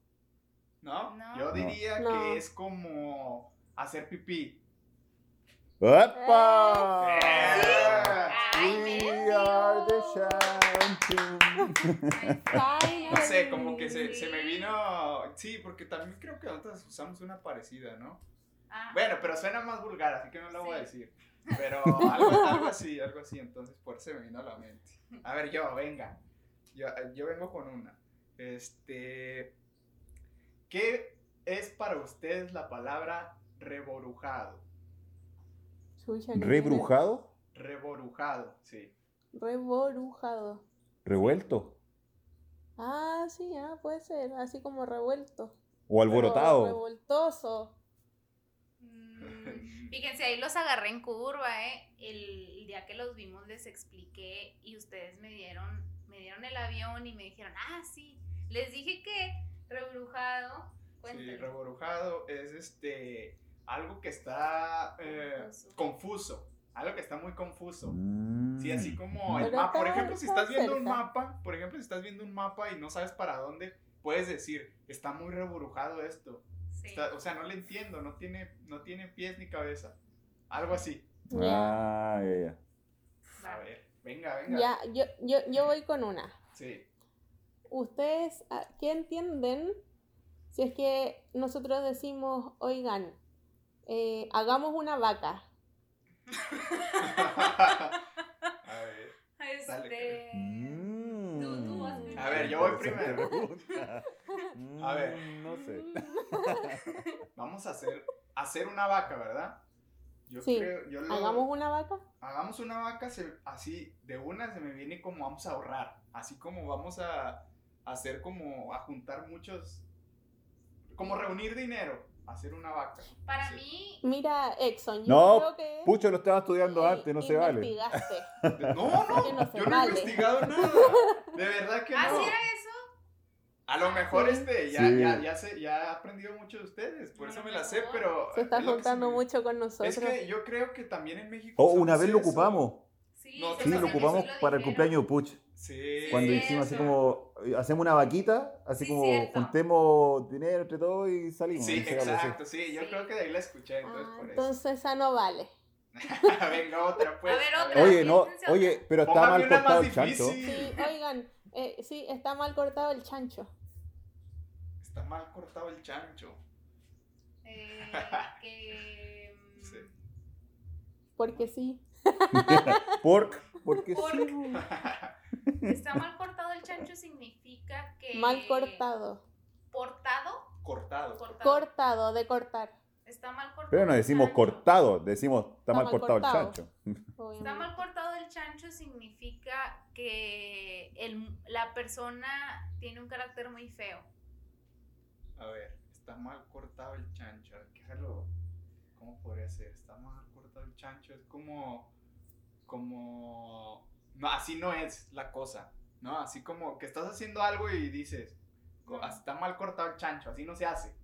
[SPEAKER 2] ¿No?
[SPEAKER 3] No.
[SPEAKER 2] Yo diría
[SPEAKER 1] No.
[SPEAKER 2] que es como hacer pipí.
[SPEAKER 4] ¡Opa!
[SPEAKER 3] Ay,
[SPEAKER 4] We
[SPEAKER 3] Dios.
[SPEAKER 4] are the champions.
[SPEAKER 1] *laughs* Ay,
[SPEAKER 2] No sé,
[SPEAKER 1] ay.
[SPEAKER 2] como que se, se me vino. Sí, porque también creo que nosotros usamos una parecida, ¿no?
[SPEAKER 3] Ah,
[SPEAKER 2] Bueno, pero suena más vulgar, así que no la voy a
[SPEAKER 3] Sí. *laughs*
[SPEAKER 2] decir. Pero algo, algo así, algo así, entonces por eso se me vino a la mente. A ver, yo, venga. Yo, yo vengo con una. Este. ¿Qué es para ustedes la palabra reborujado?
[SPEAKER 1] Chucha, ¿qué
[SPEAKER 4] ¿Rebrujado?
[SPEAKER 2] Reborujado, sí.
[SPEAKER 1] tiene? Reborujado.
[SPEAKER 4] ¿Revuelto?
[SPEAKER 1] Ah, sí, ah, puede ser. Así como revuelto.
[SPEAKER 4] ¿O
[SPEAKER 1] O
[SPEAKER 4] alborotado?
[SPEAKER 1] revoltoso.
[SPEAKER 3] mm, Fíjense, ahí los agarré en curva, ¿eh? El, el día que los vimos les expliqué y ustedes me dieron, me dieron el avión y me dijeron, ah, sí. Les dije que rebrujado.
[SPEAKER 2] Sí,
[SPEAKER 3] cuéntale.
[SPEAKER 2] reborujado es este algo que está eh,
[SPEAKER 3] Confuso.
[SPEAKER 2] confuso, algo que está muy confuso.
[SPEAKER 4] Mm.
[SPEAKER 2] Sí, así como el
[SPEAKER 1] Pero
[SPEAKER 2] mapa. Por
[SPEAKER 1] está-
[SPEAKER 2] ejemplo, si
[SPEAKER 1] está
[SPEAKER 2] estás viendo un
[SPEAKER 1] cerca.
[SPEAKER 2] mapa, por ejemplo, si estás viendo un mapa y no sabes para dónde, puedes decir, está muy reborujado esto.
[SPEAKER 3] Sí.
[SPEAKER 2] Está- o sea, no le entiendo, no tiene, no tiene pies ni cabeza. Algo así.
[SPEAKER 4] Ah, ya, ya.
[SPEAKER 3] va.
[SPEAKER 2] A ver, venga, venga.
[SPEAKER 1] Ya, yo, yo, yo voy con una.
[SPEAKER 2] Sí. *laughs*
[SPEAKER 1] ¿Ustedes ah, qué entienden si es que nosotros decimos, oigan, eh, hagamos una vaca?
[SPEAKER 2] a ver.
[SPEAKER 3] Este,
[SPEAKER 2] Dale,
[SPEAKER 3] tú- tú vas
[SPEAKER 4] Mm.
[SPEAKER 3] primero.
[SPEAKER 2] A ver, yo voy
[SPEAKER 4] Interesante
[SPEAKER 2] primero.
[SPEAKER 4] pregunta.
[SPEAKER 2] A ver.
[SPEAKER 4] Mm, No sé.
[SPEAKER 2] Vamos a hacer, hacer una vaca, ¿verdad? Yo
[SPEAKER 1] Sí.
[SPEAKER 2] creo, yo lo-
[SPEAKER 1] Hagamos una vaca.
[SPEAKER 2] hagamos una vaca se- así, de una se me viene como vamos a ahorrar, así como vamos a, hacer como, a juntar muchos, como reunir dinero, hacer una
[SPEAKER 4] *laughs*
[SPEAKER 2] vaca.
[SPEAKER 3] Para
[SPEAKER 2] Sí.
[SPEAKER 3] mí,
[SPEAKER 1] Mira, Exxon, yo
[SPEAKER 4] No,
[SPEAKER 1] creo que.
[SPEAKER 4] Pucho lo estaba estudiando
[SPEAKER 1] eh,
[SPEAKER 4] antes, no se vale.
[SPEAKER 2] *laughs*
[SPEAKER 1] investigaste.
[SPEAKER 2] No, no,
[SPEAKER 1] Que no se
[SPEAKER 2] yo no
[SPEAKER 1] vale. Ah,
[SPEAKER 2] he investigado
[SPEAKER 1] *laughs*
[SPEAKER 2] nada, de verdad que
[SPEAKER 3] ¿así
[SPEAKER 2] no.
[SPEAKER 3] ah, era eso?
[SPEAKER 2] A lo mejor este, ya,
[SPEAKER 4] Sí.
[SPEAKER 2] ya, ya, sé, ya he aprendido mucho de ustedes, por
[SPEAKER 3] A
[SPEAKER 2] eso
[SPEAKER 3] lo
[SPEAKER 2] me la sé,
[SPEAKER 3] mejor.
[SPEAKER 2] pero...
[SPEAKER 1] Se está
[SPEAKER 2] es lo que se
[SPEAKER 1] juntando
[SPEAKER 2] me-
[SPEAKER 1] mucho con nosotros.
[SPEAKER 2] Es que yo creo que también en México...
[SPEAKER 4] Oh, una
[SPEAKER 2] usamos
[SPEAKER 4] vez lo
[SPEAKER 2] eso.
[SPEAKER 4] ocupamos.
[SPEAKER 3] Sí,
[SPEAKER 2] No,
[SPEAKER 3] se
[SPEAKER 4] Sí,
[SPEAKER 3] me
[SPEAKER 2] Entonces,
[SPEAKER 3] hace
[SPEAKER 4] lo
[SPEAKER 3] que
[SPEAKER 4] ocupamos
[SPEAKER 3] sí lo
[SPEAKER 4] para el
[SPEAKER 3] dijeron.
[SPEAKER 4] cumpleaños de Puch.
[SPEAKER 2] Sí.
[SPEAKER 4] Cuando
[SPEAKER 3] Sí,
[SPEAKER 4] hicimos así
[SPEAKER 3] cierto.
[SPEAKER 4] como, eh, hacemos una vaquita, así
[SPEAKER 3] Sí,
[SPEAKER 4] como
[SPEAKER 3] cierto.
[SPEAKER 4] juntemos dinero entre todos y salimos.
[SPEAKER 2] Sí,
[SPEAKER 4] no sé, algo así.
[SPEAKER 2] exacto, sí, yo
[SPEAKER 3] Sí.
[SPEAKER 2] creo que de ahí la escuché, entonces
[SPEAKER 1] Ah,
[SPEAKER 2] por eso.
[SPEAKER 1] entonces esa no vale.
[SPEAKER 2] Venga, otra, pues.
[SPEAKER 3] A ver, otra.
[SPEAKER 4] Oye, no,
[SPEAKER 3] Piénsense
[SPEAKER 4] oye, pero está
[SPEAKER 2] Póngame
[SPEAKER 4] mal
[SPEAKER 2] una
[SPEAKER 4] cortado
[SPEAKER 2] más
[SPEAKER 4] el chancho.
[SPEAKER 2] difícil.
[SPEAKER 1] Sí, oigan, eh, sí, está mal cortado el chancho.
[SPEAKER 2] Está mal cortado el chancho.
[SPEAKER 3] Eh,
[SPEAKER 4] *laughs*
[SPEAKER 3] que... mm,
[SPEAKER 2] Sí.
[SPEAKER 1] Porque sí.
[SPEAKER 4] Pork, porque
[SPEAKER 3] Pork.
[SPEAKER 4] sí. bo.
[SPEAKER 3] mm, Está mal cortado el chancho significa que...
[SPEAKER 1] Mal cortado.
[SPEAKER 3] Portado.
[SPEAKER 2] *laughs* Cortado.
[SPEAKER 3] cortado.
[SPEAKER 1] Cortado, de cortar.
[SPEAKER 3] Está mal cortado.
[SPEAKER 4] Pero no
[SPEAKER 3] el
[SPEAKER 4] decimos
[SPEAKER 3] chancho.
[SPEAKER 4] cortado, decimos está mal cortado el
[SPEAKER 1] cortado.
[SPEAKER 4] chancho.
[SPEAKER 1] obviamente.
[SPEAKER 3] Está mal cortado el chancho significa que el- la persona tiene un carácter muy feo.
[SPEAKER 2] A ver, está mal cortado el chancho. A ver, déjalo. ¿Cómo podría ser? Está mal cortado el chancho. Es como. Como. No, así no es la cosa. ¿No? Así como que estás haciendo algo y dices. co- "Ah, Está mal cortado el chancho. Así no se hace.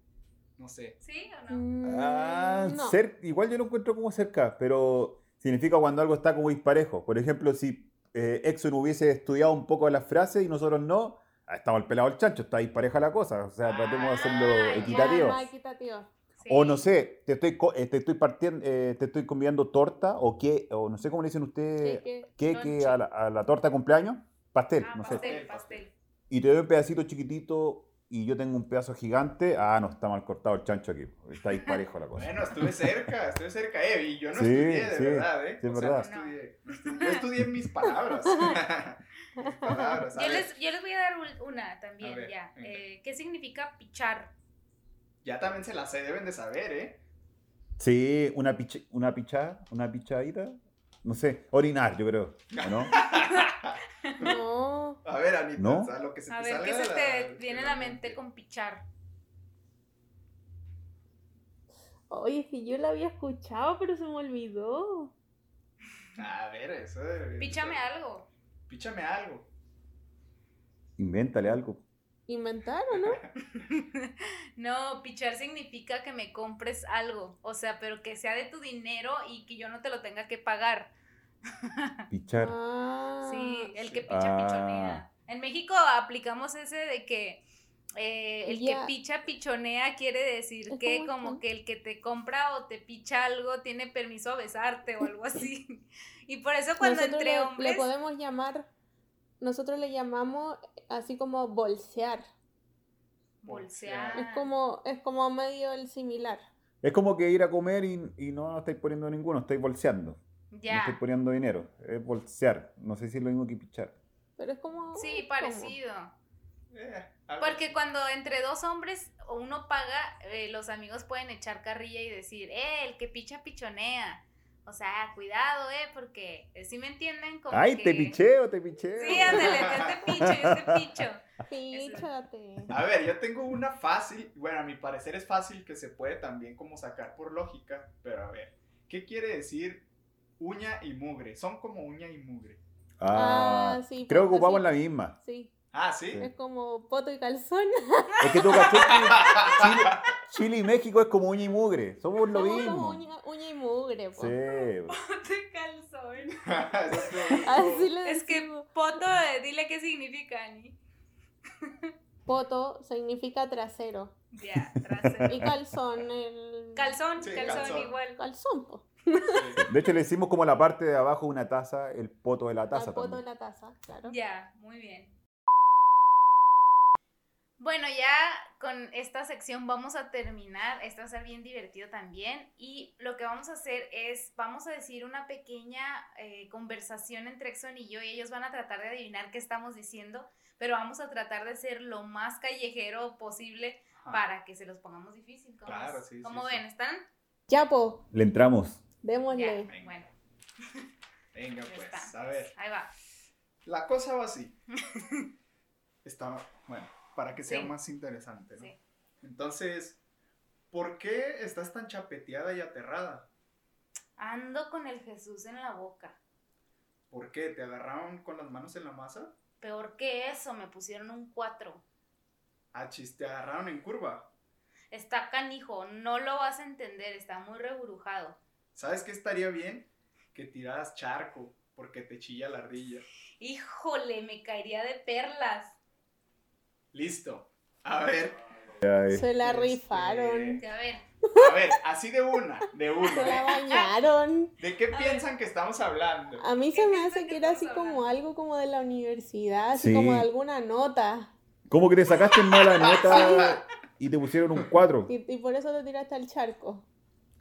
[SPEAKER 2] No sé.
[SPEAKER 3] ¿Sí o no?
[SPEAKER 1] Mm,
[SPEAKER 4] Ah,
[SPEAKER 1] no.
[SPEAKER 4] cer- igual yo lo encuentro como cerca, pero significa cuando algo está como disparejo. Por ejemplo, si eh, Exxon hubiese estudiado un poco las frases y nosotros no, ah, está mal pelado el chancho, está dispareja la cosa. O sea, tratemos de hacerlo
[SPEAKER 3] Ah,
[SPEAKER 4] equitativo.
[SPEAKER 1] Ya, más equitativo.
[SPEAKER 3] Sí.
[SPEAKER 4] O no sé, te estoy, co- eh, te estoy partiendo, eh, te estoy convidando torta o qué, o no sé cómo le dicen
[SPEAKER 1] Sí,
[SPEAKER 4] ustedes,
[SPEAKER 1] que-
[SPEAKER 4] Eh, qué,
[SPEAKER 3] lonche.
[SPEAKER 4] a, la, a la torta de cumpleaños, pastel,
[SPEAKER 3] Ah,
[SPEAKER 4] no sé.
[SPEAKER 3] pastel,
[SPEAKER 2] sé.
[SPEAKER 3] pastel.
[SPEAKER 4] Y te doy un pedacito chiquitito y yo tengo un pedazo gigante, ah, no, está mal cortado el chancho aquí, está disparejo la cosa.
[SPEAKER 2] *laughs* Bueno, estuve cerca, estuve cerca, eh, y yo no
[SPEAKER 4] Pues Sí,
[SPEAKER 2] estudié, de
[SPEAKER 4] sí,
[SPEAKER 2] verdad, eh.
[SPEAKER 4] sí, es
[SPEAKER 2] O sea,
[SPEAKER 4] verdad.
[SPEAKER 2] no estudié. Yo estudié mis
[SPEAKER 3] *laughs*
[SPEAKER 2] palabras. mis palabras. a
[SPEAKER 3] Yo
[SPEAKER 2] ver,
[SPEAKER 3] les, yo les voy a dar un- una
[SPEAKER 2] A
[SPEAKER 3] también,
[SPEAKER 2] ver,
[SPEAKER 3] ya.
[SPEAKER 2] venga.
[SPEAKER 3] Eh, ¿Qué significa pichar?
[SPEAKER 2] Ya también se las sé, deben de saber, eh.
[SPEAKER 4] Sí, una, piche- una pichada, una pichadita, no sé, orinar, yo creo, ¿o ¿no?
[SPEAKER 1] No.
[SPEAKER 2] A ver, Anita,
[SPEAKER 4] ¿No?
[SPEAKER 2] o sea, lo que se te
[SPEAKER 3] A ver,
[SPEAKER 2] salga
[SPEAKER 3] ¿qué se
[SPEAKER 2] de la-
[SPEAKER 3] te
[SPEAKER 2] de
[SPEAKER 3] viene a la mente con pichar?
[SPEAKER 1] Oye, si yo la había escuchado, pero se me olvidó.
[SPEAKER 2] A ver, eso de...
[SPEAKER 3] Píchame algo. *laughs*
[SPEAKER 2] Píchame algo.
[SPEAKER 4] Invéntale algo.
[SPEAKER 1] ¿Inventaron, no?
[SPEAKER 3] No, pichar significa que me compres algo. O sea, pero que sea de tu dinero y que yo no te lo tenga que pagar.
[SPEAKER 4] Pichar.
[SPEAKER 1] Ah,
[SPEAKER 3] Sí, el que
[SPEAKER 2] sí.
[SPEAKER 3] picha,
[SPEAKER 4] Ah.
[SPEAKER 3] pichonea. En México aplicamos ese de que eh, el
[SPEAKER 1] Ya.
[SPEAKER 3] que picha, pichonea quiere decir
[SPEAKER 1] Es
[SPEAKER 3] que
[SPEAKER 1] como
[SPEAKER 3] como
[SPEAKER 1] acá.
[SPEAKER 3] que el que te compra o te picha algo tiene permiso a besarte o algo así. *laughs* Y por eso cuando
[SPEAKER 1] nosotros
[SPEAKER 3] entre
[SPEAKER 1] le,
[SPEAKER 3] hombres...
[SPEAKER 1] le podemos llamar, nosotros le llamamos así como bolsear.
[SPEAKER 3] Bolsear.
[SPEAKER 1] Es como, es como medio el similar.
[SPEAKER 4] Es como que ir a comer y, y no estáis poniendo ninguno, estáis bolseando. No
[SPEAKER 3] Ya.
[SPEAKER 4] estáis poniendo dinero, es bolsear. No sé si es lo mismo que pichar.
[SPEAKER 1] Pero es como. uh,
[SPEAKER 3] Sí,
[SPEAKER 1] como-
[SPEAKER 3] parecido.
[SPEAKER 2] Eh, algo
[SPEAKER 3] Porque
[SPEAKER 2] así.
[SPEAKER 3] cuando entre dos hombres o uno paga, eh, los amigos pueden echar carrilla y decir, eh, el que picha, pichonea. O sea, cuidado, eh, porque si me entienden como
[SPEAKER 4] ¡Ay, te
[SPEAKER 3] que-
[SPEAKER 4] picheo, te picheo!
[SPEAKER 3] Sí, ándale, yo te picho, yo te picho.
[SPEAKER 1] Píchate.
[SPEAKER 2] A ver, yo tengo una fácil, bueno, a mi parecer es fácil que se puede también como sacar por lógica, pero a ver, ¿qué quiere decir uña y mugre? Son como uña y mugre.
[SPEAKER 4] Ah,
[SPEAKER 1] Ah, sí,
[SPEAKER 4] creo que
[SPEAKER 1] porque
[SPEAKER 4] ocupamos
[SPEAKER 1] sí.
[SPEAKER 4] la misma.
[SPEAKER 1] Sí,
[SPEAKER 2] Ah, ¿sí?
[SPEAKER 4] Sí.
[SPEAKER 1] es como poto y calzón.
[SPEAKER 4] Es que tú caché que Chile, Chile y México es como uña y mugre. Somos lo
[SPEAKER 1] Somos como
[SPEAKER 4] mismo.
[SPEAKER 1] uña, uña y mugre, po.
[SPEAKER 4] Sí.
[SPEAKER 3] Ponte
[SPEAKER 2] *laughs*
[SPEAKER 3] calzón.
[SPEAKER 2] Eso estuvo-
[SPEAKER 1] Así le
[SPEAKER 3] Es que
[SPEAKER 1] decimos.
[SPEAKER 3] poto, eh, dile qué significa, Ani.
[SPEAKER 1] Poto significa trasero.
[SPEAKER 3] Ya,
[SPEAKER 1] *laughs*
[SPEAKER 3] trasero.
[SPEAKER 1] Y
[SPEAKER 3] *laughs*
[SPEAKER 1] calzón, el.
[SPEAKER 3] Calzón,
[SPEAKER 2] Sí,
[SPEAKER 3] calzón,
[SPEAKER 2] calzón.
[SPEAKER 3] igual.
[SPEAKER 1] Calzón, po.
[SPEAKER 2] Sí.
[SPEAKER 4] De hecho, le decimos como la parte de abajo de una taza, el poto de la
[SPEAKER 1] Al
[SPEAKER 4] taza.
[SPEAKER 1] poto de la
[SPEAKER 4] también.
[SPEAKER 1] taza, claro.
[SPEAKER 3] Ya, muy bien. Bueno, ya con esta sección vamos a terminar. Esto va a ser bien divertido también. Y lo que vamos a hacer es, vamos a decir una pequeña eh, conversación entre Exxon y yo y ellos van a tratar de adivinar qué estamos diciendo, pero vamos a tratar de ser lo más callejero posible
[SPEAKER 2] Ajá.
[SPEAKER 3] para que se los pongamos difícil. ¿Cómo,
[SPEAKER 2] Claro,
[SPEAKER 3] es?
[SPEAKER 2] sí, sí,
[SPEAKER 3] ¿Cómo
[SPEAKER 2] sí.
[SPEAKER 3] ven? ¿Están?
[SPEAKER 1] Ya, po,
[SPEAKER 4] Le entramos.
[SPEAKER 3] Ya,
[SPEAKER 1] démosle.
[SPEAKER 2] Venga.
[SPEAKER 3] bueno,
[SPEAKER 2] Venga,
[SPEAKER 3] ya
[SPEAKER 2] pues,
[SPEAKER 3] está.
[SPEAKER 2] a ver.
[SPEAKER 3] Ahí va.
[SPEAKER 2] La cosa va
[SPEAKER 3] *laughs*
[SPEAKER 2] así. Está, bueno, para que sea
[SPEAKER 3] Sí.
[SPEAKER 2] más interesante, ¿no?
[SPEAKER 3] Sí.
[SPEAKER 2] Entonces, ¿por qué estás tan chapeteada y aterrada?
[SPEAKER 3] Ando con el Jesús en la boca.
[SPEAKER 2] ¿Por qué? ¿Te agarraron con las manos en la masa?
[SPEAKER 3] Peor que eso, me pusieron un 4.
[SPEAKER 2] Achis, Ah, te agarraron en curva.
[SPEAKER 3] Está canijo, no lo vas a entender, está muy reburujado.
[SPEAKER 2] ¿Sabes qué estaría bien? Que tiraras charco, porque te chilla la rilla.
[SPEAKER 3] Híjole, me caería de perlas.
[SPEAKER 2] Listo. A ver,
[SPEAKER 4] Ay,
[SPEAKER 1] Se la
[SPEAKER 2] Este,
[SPEAKER 1] rifaron.
[SPEAKER 3] A ver,
[SPEAKER 2] a ver, así de una, de
[SPEAKER 1] Se la
[SPEAKER 3] *laughs*
[SPEAKER 2] una. ¿eh?
[SPEAKER 1] bañaron.
[SPEAKER 2] ¿De qué piensan que estamos hablando?
[SPEAKER 1] A mí se
[SPEAKER 3] ¿Qué
[SPEAKER 1] me
[SPEAKER 3] piensan
[SPEAKER 1] hace
[SPEAKER 3] que
[SPEAKER 1] que era así
[SPEAKER 3] estamos
[SPEAKER 1] como algo como de la universidad, así
[SPEAKER 4] Sí.
[SPEAKER 1] como de alguna nota.
[SPEAKER 4] ¿Cómo que te sacaste mala nota y te pusieron un 4?
[SPEAKER 1] Y, y por eso lo tiraste al charco.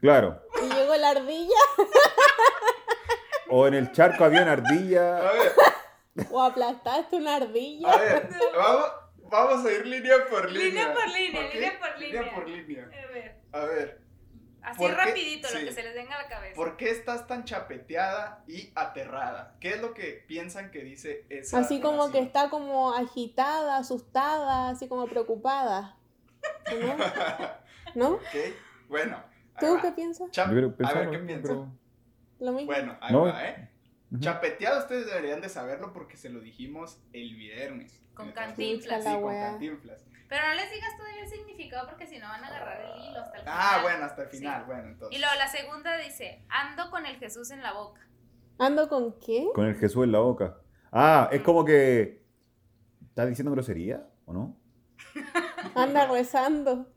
[SPEAKER 4] Claro.
[SPEAKER 1] Y llegó la ardilla
[SPEAKER 4] O en el charco había una
[SPEAKER 2] A
[SPEAKER 4] ardilla.
[SPEAKER 2] ver,
[SPEAKER 1] o aplastaste una
[SPEAKER 2] a
[SPEAKER 1] ardilla.
[SPEAKER 2] ver, vamos, vamos a ir línea por línea.
[SPEAKER 3] Línea por línea,
[SPEAKER 2] ¿ok?
[SPEAKER 3] línea por línea.
[SPEAKER 2] Línea por línea.
[SPEAKER 3] a ver.
[SPEAKER 2] A ver,
[SPEAKER 3] Así
[SPEAKER 2] ¿Por qué?
[SPEAKER 3] rapidito, lo
[SPEAKER 2] Sí.
[SPEAKER 3] que se les venga a la cabeza.
[SPEAKER 2] ¿por qué estás tan chapeteada y aterrada? ¿Qué es lo que piensan que dice esa
[SPEAKER 1] Así como que
[SPEAKER 2] oración?
[SPEAKER 1] está como agitada, asustada, así como preocupada. ¿No? ¿No?
[SPEAKER 2] *laughs* Ok, bueno. ahí
[SPEAKER 1] ¿Tú
[SPEAKER 2] va.
[SPEAKER 1] qué piensas?
[SPEAKER 2] Chap-
[SPEAKER 4] Yo creo-
[SPEAKER 2] a
[SPEAKER 4] pensaba
[SPEAKER 2] ver
[SPEAKER 4] lo
[SPEAKER 2] qué
[SPEAKER 4] mismo,
[SPEAKER 2] piensan.
[SPEAKER 4] pero-
[SPEAKER 1] Lo mismo.
[SPEAKER 2] Bueno, ahí
[SPEAKER 4] No.
[SPEAKER 2] va, ¿eh?
[SPEAKER 4] Ujú.
[SPEAKER 2] Chapeteado ustedes deberían de saberlo porque se lo dijimos el viernes.
[SPEAKER 3] Con
[SPEAKER 2] Entonces,
[SPEAKER 3] Cantinflas.
[SPEAKER 2] Sí,
[SPEAKER 1] La
[SPEAKER 2] con
[SPEAKER 1] wea.
[SPEAKER 2] cantinflas.
[SPEAKER 3] Pero no les digas todavía el significado porque si no van a agarrar el hilo hasta el final.
[SPEAKER 2] Ah, bueno, hasta el
[SPEAKER 3] Sí.
[SPEAKER 2] final, bueno, entonces.
[SPEAKER 3] Y luego la segunda dice, ando con el Jesús en la boca.
[SPEAKER 1] ¿Ando con qué?
[SPEAKER 4] Con el Jesús en la boca. Ah, es como que. ¿Estás diciendo grosería o no?
[SPEAKER 1] Anda rezando.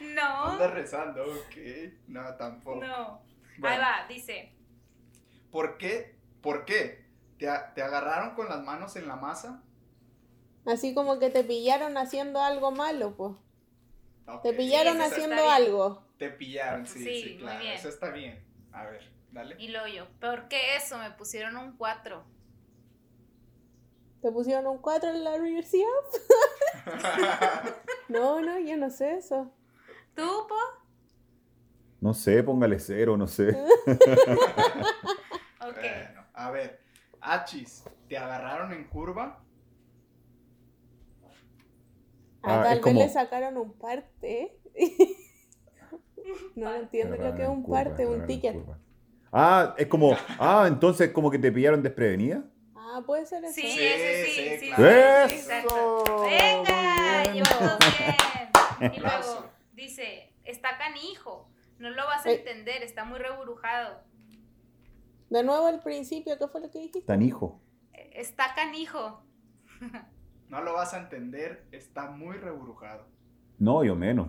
[SPEAKER 3] No,
[SPEAKER 2] Anda rezando, ok. No, tampoco.
[SPEAKER 3] no. Ahí
[SPEAKER 2] Bueno,
[SPEAKER 3] va, dice,
[SPEAKER 2] ¿Por qué? ¿Por qué? ¿Te, a- ¿Te agarraron con las manos en la masa?
[SPEAKER 1] Así como que te pillaron haciendo algo malo, pues.
[SPEAKER 2] Ok,
[SPEAKER 1] Te pillaron
[SPEAKER 2] eso
[SPEAKER 3] Sí,
[SPEAKER 2] está-
[SPEAKER 1] haciendo
[SPEAKER 3] bien.
[SPEAKER 1] algo.
[SPEAKER 2] Te pillaron, sí,
[SPEAKER 3] Sí,
[SPEAKER 2] sí,
[SPEAKER 3] muy
[SPEAKER 2] claro.
[SPEAKER 3] bien.
[SPEAKER 2] Eso está bien. A ver, dale.
[SPEAKER 3] y luego yo, peor que eso, me pusieron un 4.
[SPEAKER 1] ¿Te pusieron un 4 en la
[SPEAKER 2] *laughs*
[SPEAKER 1] universidad? No, no, yo no sé eso.
[SPEAKER 3] ¿Tú, po?
[SPEAKER 4] No sé, póngale cero,
[SPEAKER 1] *laughs*
[SPEAKER 4] no sé.
[SPEAKER 3] Ok.
[SPEAKER 2] Bueno, a ver. Achis, ¿te agarraron en curva?
[SPEAKER 1] Ah,
[SPEAKER 4] Ah,
[SPEAKER 1] tal
[SPEAKER 4] es
[SPEAKER 1] vez
[SPEAKER 4] como-
[SPEAKER 1] le sacaron un parte. *laughs* no, no entiendo lo que es un
[SPEAKER 4] Curva,
[SPEAKER 1] parte, un
[SPEAKER 4] agarraron
[SPEAKER 1] ticket.
[SPEAKER 4] curva. Ah, es como. Ah, entonces como que te pillaron desprevenida.
[SPEAKER 1] Ah, puede ser eso.
[SPEAKER 3] Sí,
[SPEAKER 2] Sí,
[SPEAKER 3] ese sí,
[SPEAKER 2] sí,
[SPEAKER 3] sí,
[SPEAKER 2] claro.
[SPEAKER 3] sí,
[SPEAKER 4] ¡Eso!
[SPEAKER 3] exacto.
[SPEAKER 4] Muy
[SPEAKER 3] Venga,
[SPEAKER 4] bien.
[SPEAKER 3] llevamos
[SPEAKER 2] *laughs*
[SPEAKER 3] bien. Y luego
[SPEAKER 2] Aplauso.
[SPEAKER 3] dice, está canijo, no lo vas a
[SPEAKER 1] Ey.
[SPEAKER 3] entender, está muy reburujado.
[SPEAKER 1] De nuevo al principio, ¿qué fue lo que dijiste?
[SPEAKER 4] Tan hijo.
[SPEAKER 3] Eh, Está canijo.
[SPEAKER 2] No lo vas a entender, está muy rebrujado.
[SPEAKER 4] No,
[SPEAKER 1] *laughs*
[SPEAKER 4] yo menos.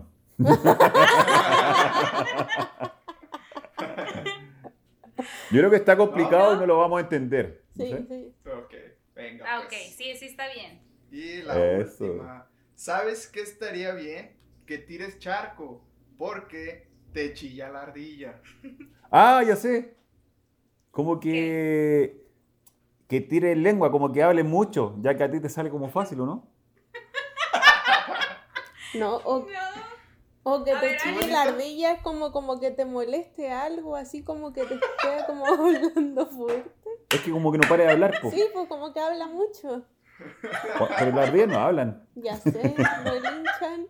[SPEAKER 4] Yo creo que está complicado
[SPEAKER 3] No, no.
[SPEAKER 4] y no lo vamos a entender. No
[SPEAKER 1] Sí,
[SPEAKER 4] sé.
[SPEAKER 1] sí.
[SPEAKER 2] Ok, venga.
[SPEAKER 3] Ah, ok,
[SPEAKER 2] pues.
[SPEAKER 3] sí, sí está
[SPEAKER 2] *laughs*
[SPEAKER 3] bien.
[SPEAKER 2] Y la
[SPEAKER 4] Eso.
[SPEAKER 2] última. ¿Sabes qué estaría bien? Que tires charco, porque te chilla la ardilla.
[SPEAKER 4] Ah, ya sé. Como que. Que tire lengua, como que hable mucho, ya que a ti te sale como fácil, ¿o no?
[SPEAKER 1] No, o,
[SPEAKER 3] No,
[SPEAKER 1] o que
[SPEAKER 3] A
[SPEAKER 1] te
[SPEAKER 3] ver,
[SPEAKER 1] chille
[SPEAKER 2] Alex.
[SPEAKER 1] la ardilla es como, como que te moleste algo, así como que te queda como *laughs* hablando fuerte.
[SPEAKER 4] Es que como que no para de hablar, po.
[SPEAKER 1] Sí, pues como que habla mucho.
[SPEAKER 4] Cu- Pero las ríes no hablan. *laughs*
[SPEAKER 1] Ya sé, lo linchan.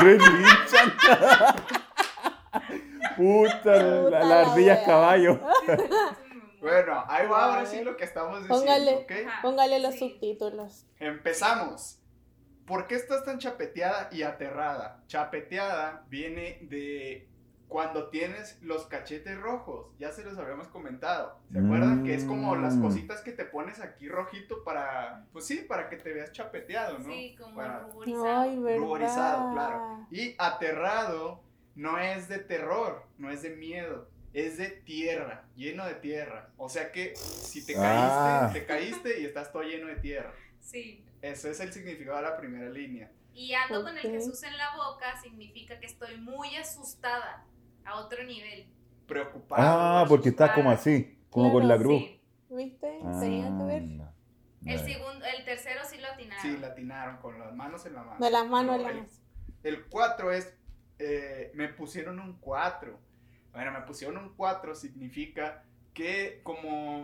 [SPEAKER 4] ¡Re linchan! *laughs* Puta, la-
[SPEAKER 1] Puta
[SPEAKER 4] la,
[SPEAKER 1] la
[SPEAKER 4] ardilla es
[SPEAKER 1] wea.
[SPEAKER 4] caballo.
[SPEAKER 2] Bueno, ahí
[SPEAKER 1] A
[SPEAKER 2] va ahora
[SPEAKER 1] ver.
[SPEAKER 2] sí lo que estamos diciendo,
[SPEAKER 1] Póngale.
[SPEAKER 2] ¿ok?
[SPEAKER 3] Ajá.
[SPEAKER 1] Póngale los
[SPEAKER 3] Sí.
[SPEAKER 1] subtítulos.
[SPEAKER 2] Empezamos. ¿Por qué estás tan chapeteada y aterrada? Chapeteada viene de cuando tienes los cachetes rojos. Ya se los habíamos comentado. ¿Se acuerdan? Que es como las
[SPEAKER 4] Mm.
[SPEAKER 2] cositas que te pones aquí rojito para, pues sí, para que te veas chapeteado, ¿no?
[SPEAKER 3] Sí, como
[SPEAKER 2] Para-
[SPEAKER 3] ruborizado.
[SPEAKER 1] Ay, verdad.
[SPEAKER 2] Ruborizado, claro. Y aterrado no es de terror, no es de miedo, es de tierra, lleno de tierra. O sea que si te caíste,
[SPEAKER 4] Ah.
[SPEAKER 2] te caíste y estás todo lleno de tierra.
[SPEAKER 3] Sí.
[SPEAKER 2] Ese es el significado de la primera línea.
[SPEAKER 3] Y ando con el
[SPEAKER 1] Ok.
[SPEAKER 3] Jesús en la boca significa que estoy muy asustada a otro nivel.
[SPEAKER 2] Preocupado.
[SPEAKER 4] Ah, porque está como
[SPEAKER 3] Ah,
[SPEAKER 4] así, como con la
[SPEAKER 1] claro,
[SPEAKER 4] cruz.
[SPEAKER 3] Sí.
[SPEAKER 1] ¿Viste?
[SPEAKER 4] Ah.
[SPEAKER 1] Tenía que ver.
[SPEAKER 4] Anda.
[SPEAKER 3] El
[SPEAKER 4] Vale.
[SPEAKER 3] segundo, el tercero sí lo atinaron.
[SPEAKER 2] Sí, latinaron con las manos en la mano.
[SPEAKER 1] De las manos en la
[SPEAKER 2] El-
[SPEAKER 1] masa.
[SPEAKER 2] El 4 es, eh, me pusieron un 4. Bueno, me pusieron un 4 significa que como...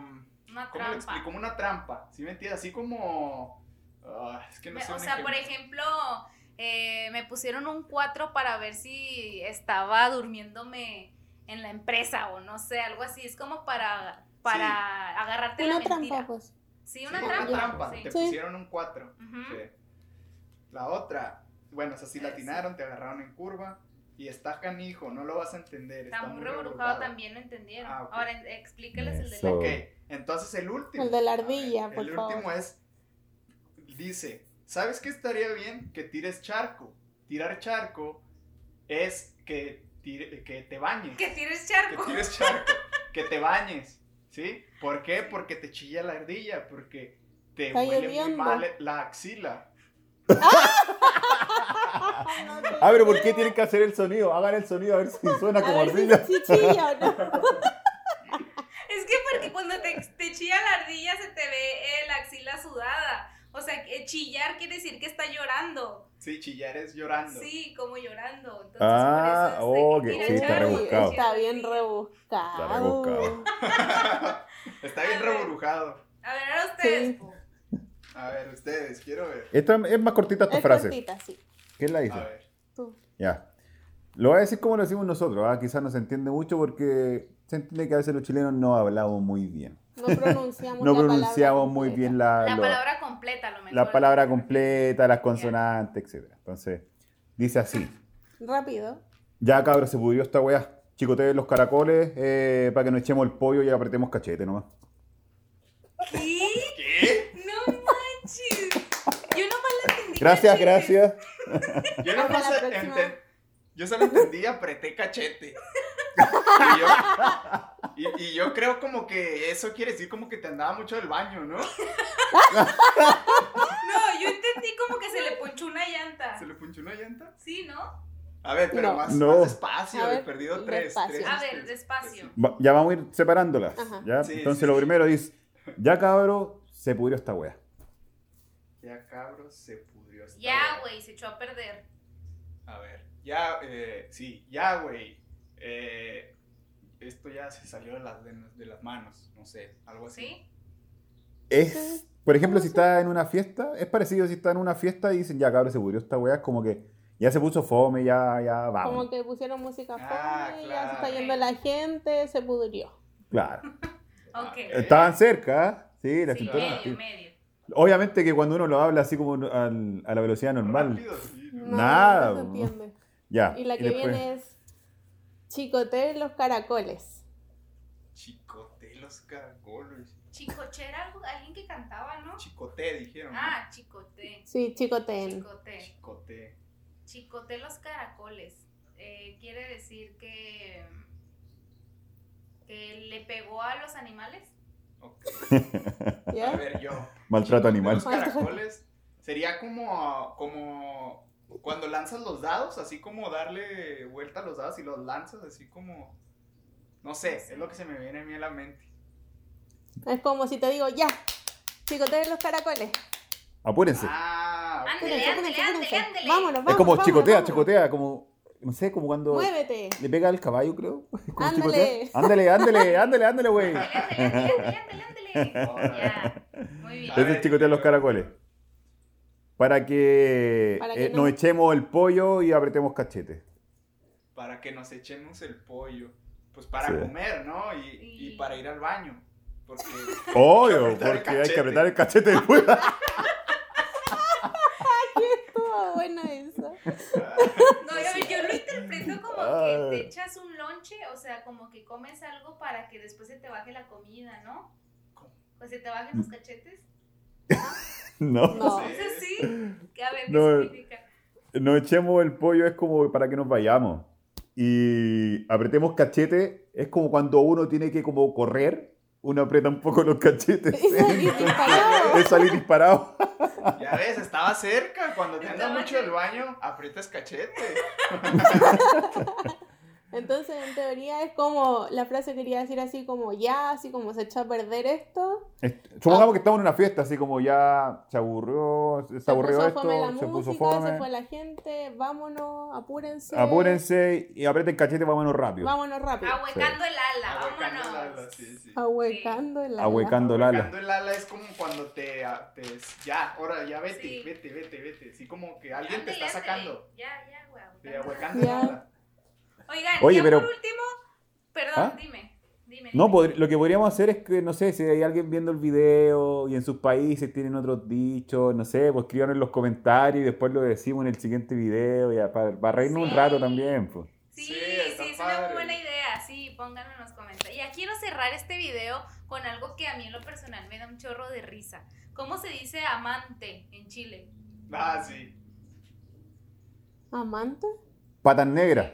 [SPEAKER 3] Una
[SPEAKER 2] ¿Cómo lo
[SPEAKER 3] trampa.
[SPEAKER 2] explico? Como una trampa, ¿sí me entiendes? Así como... ah, es que no
[SPEAKER 3] Me-
[SPEAKER 2] sé
[SPEAKER 3] o
[SPEAKER 2] un
[SPEAKER 3] sea, por
[SPEAKER 2] ejemplo.
[SPEAKER 3] ejemplo, eh, me pusieron un 4 para ver si estaba durmiéndome en la empresa o no sé, algo así. Es como para, para agarrarte
[SPEAKER 1] Una
[SPEAKER 3] la mentira.
[SPEAKER 1] trampa, pues.
[SPEAKER 3] Sí, una
[SPEAKER 2] Sí,
[SPEAKER 3] trampa.
[SPEAKER 2] trampa,
[SPEAKER 3] sí.
[SPEAKER 2] Te
[SPEAKER 1] Sí.
[SPEAKER 2] pusieron un 4.
[SPEAKER 3] Ujú.
[SPEAKER 2] La otra, bueno, esa sí
[SPEAKER 3] Esa.
[SPEAKER 2] latinaron, te agarraron en curva y está canijo, no lo vas a entender.
[SPEAKER 3] Está, muy rebrujado
[SPEAKER 2] rebrujado.
[SPEAKER 3] también, ¿no entendieron?
[SPEAKER 2] Ah, ok.
[SPEAKER 3] Ahora en- explíqueles el de
[SPEAKER 4] Eso.
[SPEAKER 3] la...
[SPEAKER 2] Ok, entonces el último.
[SPEAKER 1] El de la
[SPEAKER 2] A ver,
[SPEAKER 1] ardilla, por
[SPEAKER 2] El
[SPEAKER 1] favor.
[SPEAKER 2] último es, dice, ¿sabes qué estaría bien? Que tires charco. Tirar charco es que, tire- que te bañes.
[SPEAKER 3] *laughs* Que tires
[SPEAKER 2] Que
[SPEAKER 3] charco.
[SPEAKER 2] tires charco. que te bañes, ¿sí? ¿Por qué? Porque te chilla la ardilla, porque te
[SPEAKER 1] Está
[SPEAKER 2] huele muy
[SPEAKER 1] lloviendo.
[SPEAKER 2] mal la axila.
[SPEAKER 4] Ah, pero ¿por qué tienen que hacer el sonido? Hagan el sonido a ver
[SPEAKER 1] *laughs*
[SPEAKER 4] si suena como
[SPEAKER 1] A ver
[SPEAKER 4] ardilla.
[SPEAKER 1] si, si chilla o no.
[SPEAKER 3] Es que porque cuando te, te chilla la ardilla se te ve eh, la axila sudada. O sea, que chillar quiere decir que está llorando.
[SPEAKER 2] Sí, chillar es llorando.
[SPEAKER 3] Sí, como llorando. Entonces,
[SPEAKER 4] Ah,
[SPEAKER 3] por eso
[SPEAKER 4] oh,
[SPEAKER 3] es de
[SPEAKER 4] que
[SPEAKER 3] tira
[SPEAKER 4] *laughs* sí, está
[SPEAKER 3] charco,
[SPEAKER 4] rebuscado.
[SPEAKER 3] tira
[SPEAKER 1] Está bien
[SPEAKER 3] ardilla.
[SPEAKER 1] rebuscado.
[SPEAKER 4] Está rebuscado.
[SPEAKER 2] Está bien
[SPEAKER 3] A ver.
[SPEAKER 2] reburujado.
[SPEAKER 3] A ver, ahora ustedes.
[SPEAKER 1] Sí.
[SPEAKER 3] po.
[SPEAKER 2] A ver, ustedes, quiero ver.
[SPEAKER 4] Esta es más cortita esta
[SPEAKER 1] Es
[SPEAKER 4] frase.
[SPEAKER 1] cortita, sí.
[SPEAKER 4] ¿Quién la
[SPEAKER 2] A
[SPEAKER 4] dice?
[SPEAKER 2] ver.
[SPEAKER 4] Ya. Lo voy a decir como lo decimos nosotros. ¿ah? Quizás no se entiende mucho porque se entiende que a veces los chilenos no hablamos muy bien.
[SPEAKER 1] No pronunciamos
[SPEAKER 4] No
[SPEAKER 1] la palabra
[SPEAKER 4] pronunciamos muy
[SPEAKER 1] completa.
[SPEAKER 4] bien la,
[SPEAKER 3] La
[SPEAKER 4] lo-
[SPEAKER 3] palabra completa, a lo mejor.
[SPEAKER 4] Ah, la palabra completa, las consonantes, etc. Entonces, dice así.
[SPEAKER 1] Rápido.
[SPEAKER 4] Ya, cabros, se pudrió esta weá. Chicoteen los caracoles eh, para que nos echemos el pollo y apretemos cachete nomás.
[SPEAKER 3] ¿Qué?
[SPEAKER 2] ¿Qué?
[SPEAKER 3] No manches. Yo nomás la entendí.
[SPEAKER 4] Gracias,
[SPEAKER 3] cachete.
[SPEAKER 4] gracias.
[SPEAKER 2] Yo
[SPEAKER 1] Hasta
[SPEAKER 2] nomás
[SPEAKER 1] la próxima.
[SPEAKER 2] enten- Yo solo entendí apreté cachete. Y yo, y- y yo creo como que eso quiere decir como que te andaba mucho del baño, ¿no?
[SPEAKER 3] No, yo entendí como que se le ponchó una llanta.
[SPEAKER 2] ¿Se le punchó una llanta?
[SPEAKER 3] Sí, ¿no?
[SPEAKER 2] A ver, pero
[SPEAKER 1] No.
[SPEAKER 2] más,
[SPEAKER 4] No.
[SPEAKER 2] más despacio,
[SPEAKER 1] A
[SPEAKER 2] he
[SPEAKER 1] ver,
[SPEAKER 2] perdido tres.
[SPEAKER 1] despacio.
[SPEAKER 2] tres,
[SPEAKER 3] A
[SPEAKER 2] tres,
[SPEAKER 3] ver,
[SPEAKER 2] tres.
[SPEAKER 3] despacio.
[SPEAKER 4] Va- Ya vamos a ir separándolas.
[SPEAKER 1] Ajá.
[SPEAKER 4] ¿ya?
[SPEAKER 2] Sí,
[SPEAKER 4] Entonces,
[SPEAKER 2] sí,
[SPEAKER 4] lo
[SPEAKER 2] sí.
[SPEAKER 4] primero dice: Ya, cabros, se pudrió esta weá.
[SPEAKER 2] Ya, cabros, se pudrió esta
[SPEAKER 3] Ya,
[SPEAKER 2] hora.
[SPEAKER 3] güey, se echó a perder.
[SPEAKER 2] A ver, ya, eh, sí, ya, güey. Eh, esto ya se salió de las, de, de las manos, no sé, algo
[SPEAKER 4] Pues
[SPEAKER 2] así.
[SPEAKER 3] ¿Sí?
[SPEAKER 4] Es, por ejemplo, si está en una fiesta, es parecido si está en una fiesta y dicen, ya cabrón, se pudrió esta weá, es como que ya se puso fome, ya, ya,
[SPEAKER 1] Como
[SPEAKER 4] vamos.
[SPEAKER 1] que pusieron música fome,
[SPEAKER 2] Ah,
[SPEAKER 1] ya se está
[SPEAKER 2] claro.
[SPEAKER 1] yendo la gente, se pudrió.
[SPEAKER 4] Claro.
[SPEAKER 2] Ah,
[SPEAKER 3] Ok.
[SPEAKER 2] eh,
[SPEAKER 4] Estaban cerca, ¿eh? sí, la
[SPEAKER 3] Sí,
[SPEAKER 4] cintura-
[SPEAKER 3] medio, medio.
[SPEAKER 4] Obviamente que cuando uno lo habla así como al- a la velocidad normal,
[SPEAKER 2] Rápido, sí.
[SPEAKER 1] No,
[SPEAKER 4] Nada,
[SPEAKER 1] No se
[SPEAKER 4] bo.
[SPEAKER 1] entiende.
[SPEAKER 4] ya.
[SPEAKER 1] Y la que
[SPEAKER 4] después-
[SPEAKER 1] viene es chicoteen los caracoles.
[SPEAKER 2] Chicote los caracoles.
[SPEAKER 3] Chicoche era algo- alguien que cantaba, ¿no?
[SPEAKER 2] Chicote, dijeron. ¿no?
[SPEAKER 3] Ah, chicote.
[SPEAKER 1] Sí, chicoteen.
[SPEAKER 3] Chicote.
[SPEAKER 2] Chicote.
[SPEAKER 3] Chicote los caracoles. Eh, quiere decir que. que le pegó a los animales.
[SPEAKER 2] Ok. A
[SPEAKER 1] ¿Ya?
[SPEAKER 2] ver, yo.
[SPEAKER 4] Maltrato
[SPEAKER 2] Chicote
[SPEAKER 4] animal.
[SPEAKER 2] Los caracoles sería como, como cuando lanzas los dados, así como darle vuelta a los dados y los lanzas, así como. No sé, es lo que se me viene a mí a la mente.
[SPEAKER 1] Es como si te digo, ya, chicoteen los caracoles.
[SPEAKER 4] Apúrense.
[SPEAKER 2] Ah, ok.
[SPEAKER 3] Ándele,
[SPEAKER 1] Apúrense,
[SPEAKER 3] ándele,
[SPEAKER 1] apúrense,
[SPEAKER 3] ándele,
[SPEAKER 1] apúrense.
[SPEAKER 3] ándele.
[SPEAKER 1] Vámonos, vámonos.
[SPEAKER 4] es como
[SPEAKER 1] vámonos,
[SPEAKER 4] chicotea,
[SPEAKER 1] vámonos.
[SPEAKER 4] chicotea, como, no sé, como cuando
[SPEAKER 1] Muévete.
[SPEAKER 4] le pega al caballo, creo. *laughs* es como
[SPEAKER 1] Ándale.
[SPEAKER 4] chicotea. Ándale, ándale, ándale, ándale, güey.
[SPEAKER 3] Ándele, ándele, ándele, ándele, ándele. Ya. Muy bien.
[SPEAKER 2] A
[SPEAKER 4] Ese
[SPEAKER 2] ver,
[SPEAKER 4] chicotea los
[SPEAKER 2] yo-
[SPEAKER 4] caracoles. Para que,
[SPEAKER 1] Para que
[SPEAKER 4] eh,
[SPEAKER 1] no-
[SPEAKER 4] nos echemos el pollo y apretemos
[SPEAKER 2] *laughs*
[SPEAKER 4] cachete.
[SPEAKER 2] Para que nos echemos el pollo. Pues para
[SPEAKER 4] Sí.
[SPEAKER 2] comer, ¿no? Y, y
[SPEAKER 3] Y-
[SPEAKER 2] para ir al baño. Porque.
[SPEAKER 4] Obvio,
[SPEAKER 2] Apretar el
[SPEAKER 4] porque hay que
[SPEAKER 2] cachete.
[SPEAKER 4] apretar el cachete después. *laughs*
[SPEAKER 1] Estuvo buena
[SPEAKER 2] *laughs*
[SPEAKER 1] esa.
[SPEAKER 3] No, a ver, yo lo interpreto como que te echas un lonche, o sea, como que comes algo para que después se te baje la comida, ¿no?
[SPEAKER 2] ¿Cómo?
[SPEAKER 3] Pues se te bajen los cachetes.
[SPEAKER 4] No, no,
[SPEAKER 1] No. *laughs*
[SPEAKER 3] Es así. Que a ver, ¿qué
[SPEAKER 4] No.
[SPEAKER 3] significa?
[SPEAKER 4] echemos el pollo es como para que nos vayamos. Y apretemos cachete es como cuando uno tiene que como
[SPEAKER 1] *laughs*
[SPEAKER 4] correr, uno aprieta un poco los cachetes. *laughs*
[SPEAKER 1] Y salí disparado.
[SPEAKER 4] es salir disparado.
[SPEAKER 2] Ya ves, estaba cerca.
[SPEAKER 3] *laughs*
[SPEAKER 2] Cuando te anda
[SPEAKER 3] Estaba
[SPEAKER 2] mucho el
[SPEAKER 3] cerca.
[SPEAKER 2] baño, aprietas cachete.
[SPEAKER 1] Entonces, en teoría es como, la frase quería decir así como ya, así como se echó a perder esto.
[SPEAKER 4] Est- Supongamos que estamos en una fiesta, así como ya se aburrió, se, aburrió
[SPEAKER 1] Ah. puso
[SPEAKER 4] esto,
[SPEAKER 1] fome la
[SPEAKER 4] se puso
[SPEAKER 1] música,
[SPEAKER 4] fome.
[SPEAKER 1] se fue la gente, vámonos, apúrense.
[SPEAKER 4] Apúrense y aprieten cachete, vámonos rápido.
[SPEAKER 1] Vámonos rápido.
[SPEAKER 3] Ahuecando el ala,
[SPEAKER 2] Ahuecando el
[SPEAKER 3] vámonos.
[SPEAKER 2] ala, sí, sí.
[SPEAKER 1] Ahuecando el ala.
[SPEAKER 4] Ahuecando el ala.
[SPEAKER 2] Ahuecando el ala es como cuando te, ah, te- Ya, ahora ya vete,
[SPEAKER 3] Sí.
[SPEAKER 2] vete, vete, vete. Así como que alguien te
[SPEAKER 3] Ándale,
[SPEAKER 2] está
[SPEAKER 3] ándale.
[SPEAKER 2] sacando.
[SPEAKER 3] Ya, ya, güey,
[SPEAKER 2] De
[SPEAKER 3] ahuecando el ala.
[SPEAKER 2] ahuecando el
[SPEAKER 1] Ya.
[SPEAKER 2] ala.
[SPEAKER 3] Oigan,
[SPEAKER 4] Oye,
[SPEAKER 3] ya
[SPEAKER 4] pero-
[SPEAKER 3] por último, perdón,
[SPEAKER 4] ¿Ah?
[SPEAKER 3] dime, dime.
[SPEAKER 4] No, pues,
[SPEAKER 3] dime.
[SPEAKER 4] podri- lo que podríamos hacer es que, no sé, si hay alguien viendo el video y en sus países tienen otros dichos, no sé, pues escriban en los comentarios y después lo decimos en el siguiente video, ya, para, reírnos
[SPEAKER 3] Sí.
[SPEAKER 4] un rato también. Pues.
[SPEAKER 3] Sí,
[SPEAKER 2] Sí,
[SPEAKER 3] sí,
[SPEAKER 2] está
[SPEAKER 3] es una muy
[SPEAKER 2] padre.
[SPEAKER 3] buena idea. Sí, pónganlo en los comentarios. Y ya quiero cerrar este video con algo que a mí en lo personal me da un chorro de risa. ¿Cómo se dice amante en Chile?
[SPEAKER 2] Ah, sí.
[SPEAKER 1] ¿Amante? *laughs*
[SPEAKER 4] Patas negras.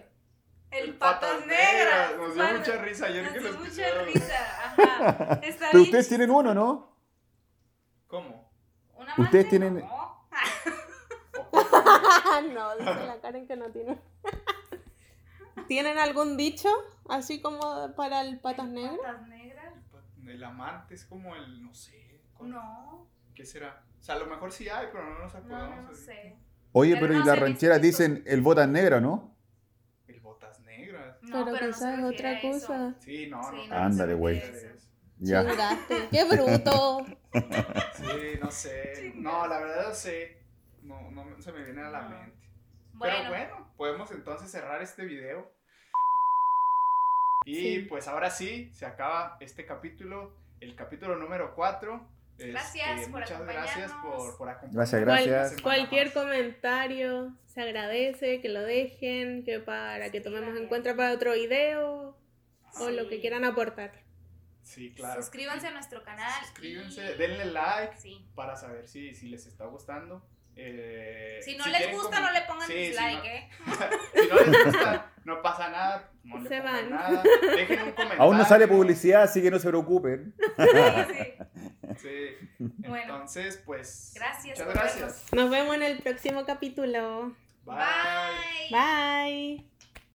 [SPEAKER 3] El,
[SPEAKER 2] El
[SPEAKER 3] patas, negras.
[SPEAKER 2] Nos dio
[SPEAKER 3] Patas-
[SPEAKER 2] mucha risa ayer que
[SPEAKER 3] Nos
[SPEAKER 2] lo
[SPEAKER 3] dio mucha
[SPEAKER 2] escuchamos.
[SPEAKER 3] risa.
[SPEAKER 4] *laughs*
[SPEAKER 3] Ajá. Está
[SPEAKER 4] Pero
[SPEAKER 3] bien
[SPEAKER 4] ustedes tienen
[SPEAKER 3] chistoso.
[SPEAKER 4] uno, ¿no?
[SPEAKER 2] ¿Cómo?
[SPEAKER 3] ¿Un amante?
[SPEAKER 4] ustedes tienen-
[SPEAKER 3] No.
[SPEAKER 1] Ah, no, dice la Karen que no tiene. *laughs* ¿Tienen algún dicho así como para el patas negras?
[SPEAKER 3] ¿Patas negras?
[SPEAKER 2] El amante es como el, no sé. ¿cómo-
[SPEAKER 3] No.
[SPEAKER 2] ¿Qué será? O sea, a lo mejor sí hay, pero no nos
[SPEAKER 3] No,
[SPEAKER 2] acordamos.
[SPEAKER 3] no, no
[SPEAKER 2] ahorita.
[SPEAKER 3] sé.
[SPEAKER 4] Oye,
[SPEAKER 3] Pero
[SPEAKER 4] pero
[SPEAKER 3] no
[SPEAKER 4] y
[SPEAKER 3] sé,
[SPEAKER 4] las
[SPEAKER 3] mis
[SPEAKER 4] rancheras
[SPEAKER 3] chiquitos.
[SPEAKER 4] dicen el botas negra, ¿no?
[SPEAKER 2] El botas negras.
[SPEAKER 1] pero
[SPEAKER 3] No, no se
[SPEAKER 1] quizás es
[SPEAKER 3] refiere
[SPEAKER 1] otra
[SPEAKER 3] a eso.
[SPEAKER 1] cosa.
[SPEAKER 2] Sí, no,
[SPEAKER 3] Sí,
[SPEAKER 2] no.
[SPEAKER 3] no, no
[SPEAKER 4] Ándale,
[SPEAKER 3] se
[SPEAKER 4] güey.
[SPEAKER 3] refiere a eso.
[SPEAKER 4] Ya.
[SPEAKER 1] Chingaste. ¡Qué
[SPEAKER 4] *laughs*
[SPEAKER 1] bruto!
[SPEAKER 2] Sí, no sé. No, la verdad no sé. No, no se me viene a la
[SPEAKER 3] No.
[SPEAKER 2] mente. Pero
[SPEAKER 3] Bueno,
[SPEAKER 2] bueno, podemos entonces cerrar este video. Y
[SPEAKER 1] Sí.
[SPEAKER 2] pues ahora sí, se acaba este capítulo, el capítulo número 4.
[SPEAKER 3] Gracias por
[SPEAKER 2] muchas gracias
[SPEAKER 3] acompañarnos.
[SPEAKER 2] por, por acompañarnos.
[SPEAKER 4] Gracias,
[SPEAKER 2] una
[SPEAKER 4] gracias.
[SPEAKER 2] semana
[SPEAKER 1] Cualquier
[SPEAKER 2] más.
[SPEAKER 1] comentario se agradece, que lo dejen, que para que
[SPEAKER 3] Sí,
[SPEAKER 1] tomemos en
[SPEAKER 3] también.
[SPEAKER 1] cuenta para otro video
[SPEAKER 2] pues,
[SPEAKER 1] o lo que
[SPEAKER 3] Sí.
[SPEAKER 1] quieran aportar.
[SPEAKER 2] Sí, claro.
[SPEAKER 3] suscríbanse a nuestro canal.
[SPEAKER 2] Suscríbanse,
[SPEAKER 3] y-
[SPEAKER 2] denle like
[SPEAKER 3] Sí.
[SPEAKER 2] para saber si, si les está gustando. Eh,
[SPEAKER 3] Si no les
[SPEAKER 2] quieren
[SPEAKER 3] gusta,
[SPEAKER 2] comen-
[SPEAKER 3] no le pongan
[SPEAKER 2] Sí, si
[SPEAKER 3] dislike,
[SPEAKER 2] no- *laughs*
[SPEAKER 3] ¿eh?
[SPEAKER 2] Si no les gusta, no pasa nada. No le
[SPEAKER 1] Se
[SPEAKER 2] pongan
[SPEAKER 1] van.
[SPEAKER 2] nada. Dejen un comentario.
[SPEAKER 4] *laughs* Aún no sale publicidad, así que no se preocupen.
[SPEAKER 3] Sí, sí.
[SPEAKER 2] Sí.
[SPEAKER 3] Bueno.
[SPEAKER 2] Entonces, pues.
[SPEAKER 3] Gracias
[SPEAKER 2] Muchas
[SPEAKER 3] por
[SPEAKER 2] gracias.
[SPEAKER 1] Nos vemos en el próximo capítulo.
[SPEAKER 2] Bye.
[SPEAKER 3] Bye.
[SPEAKER 1] Bye.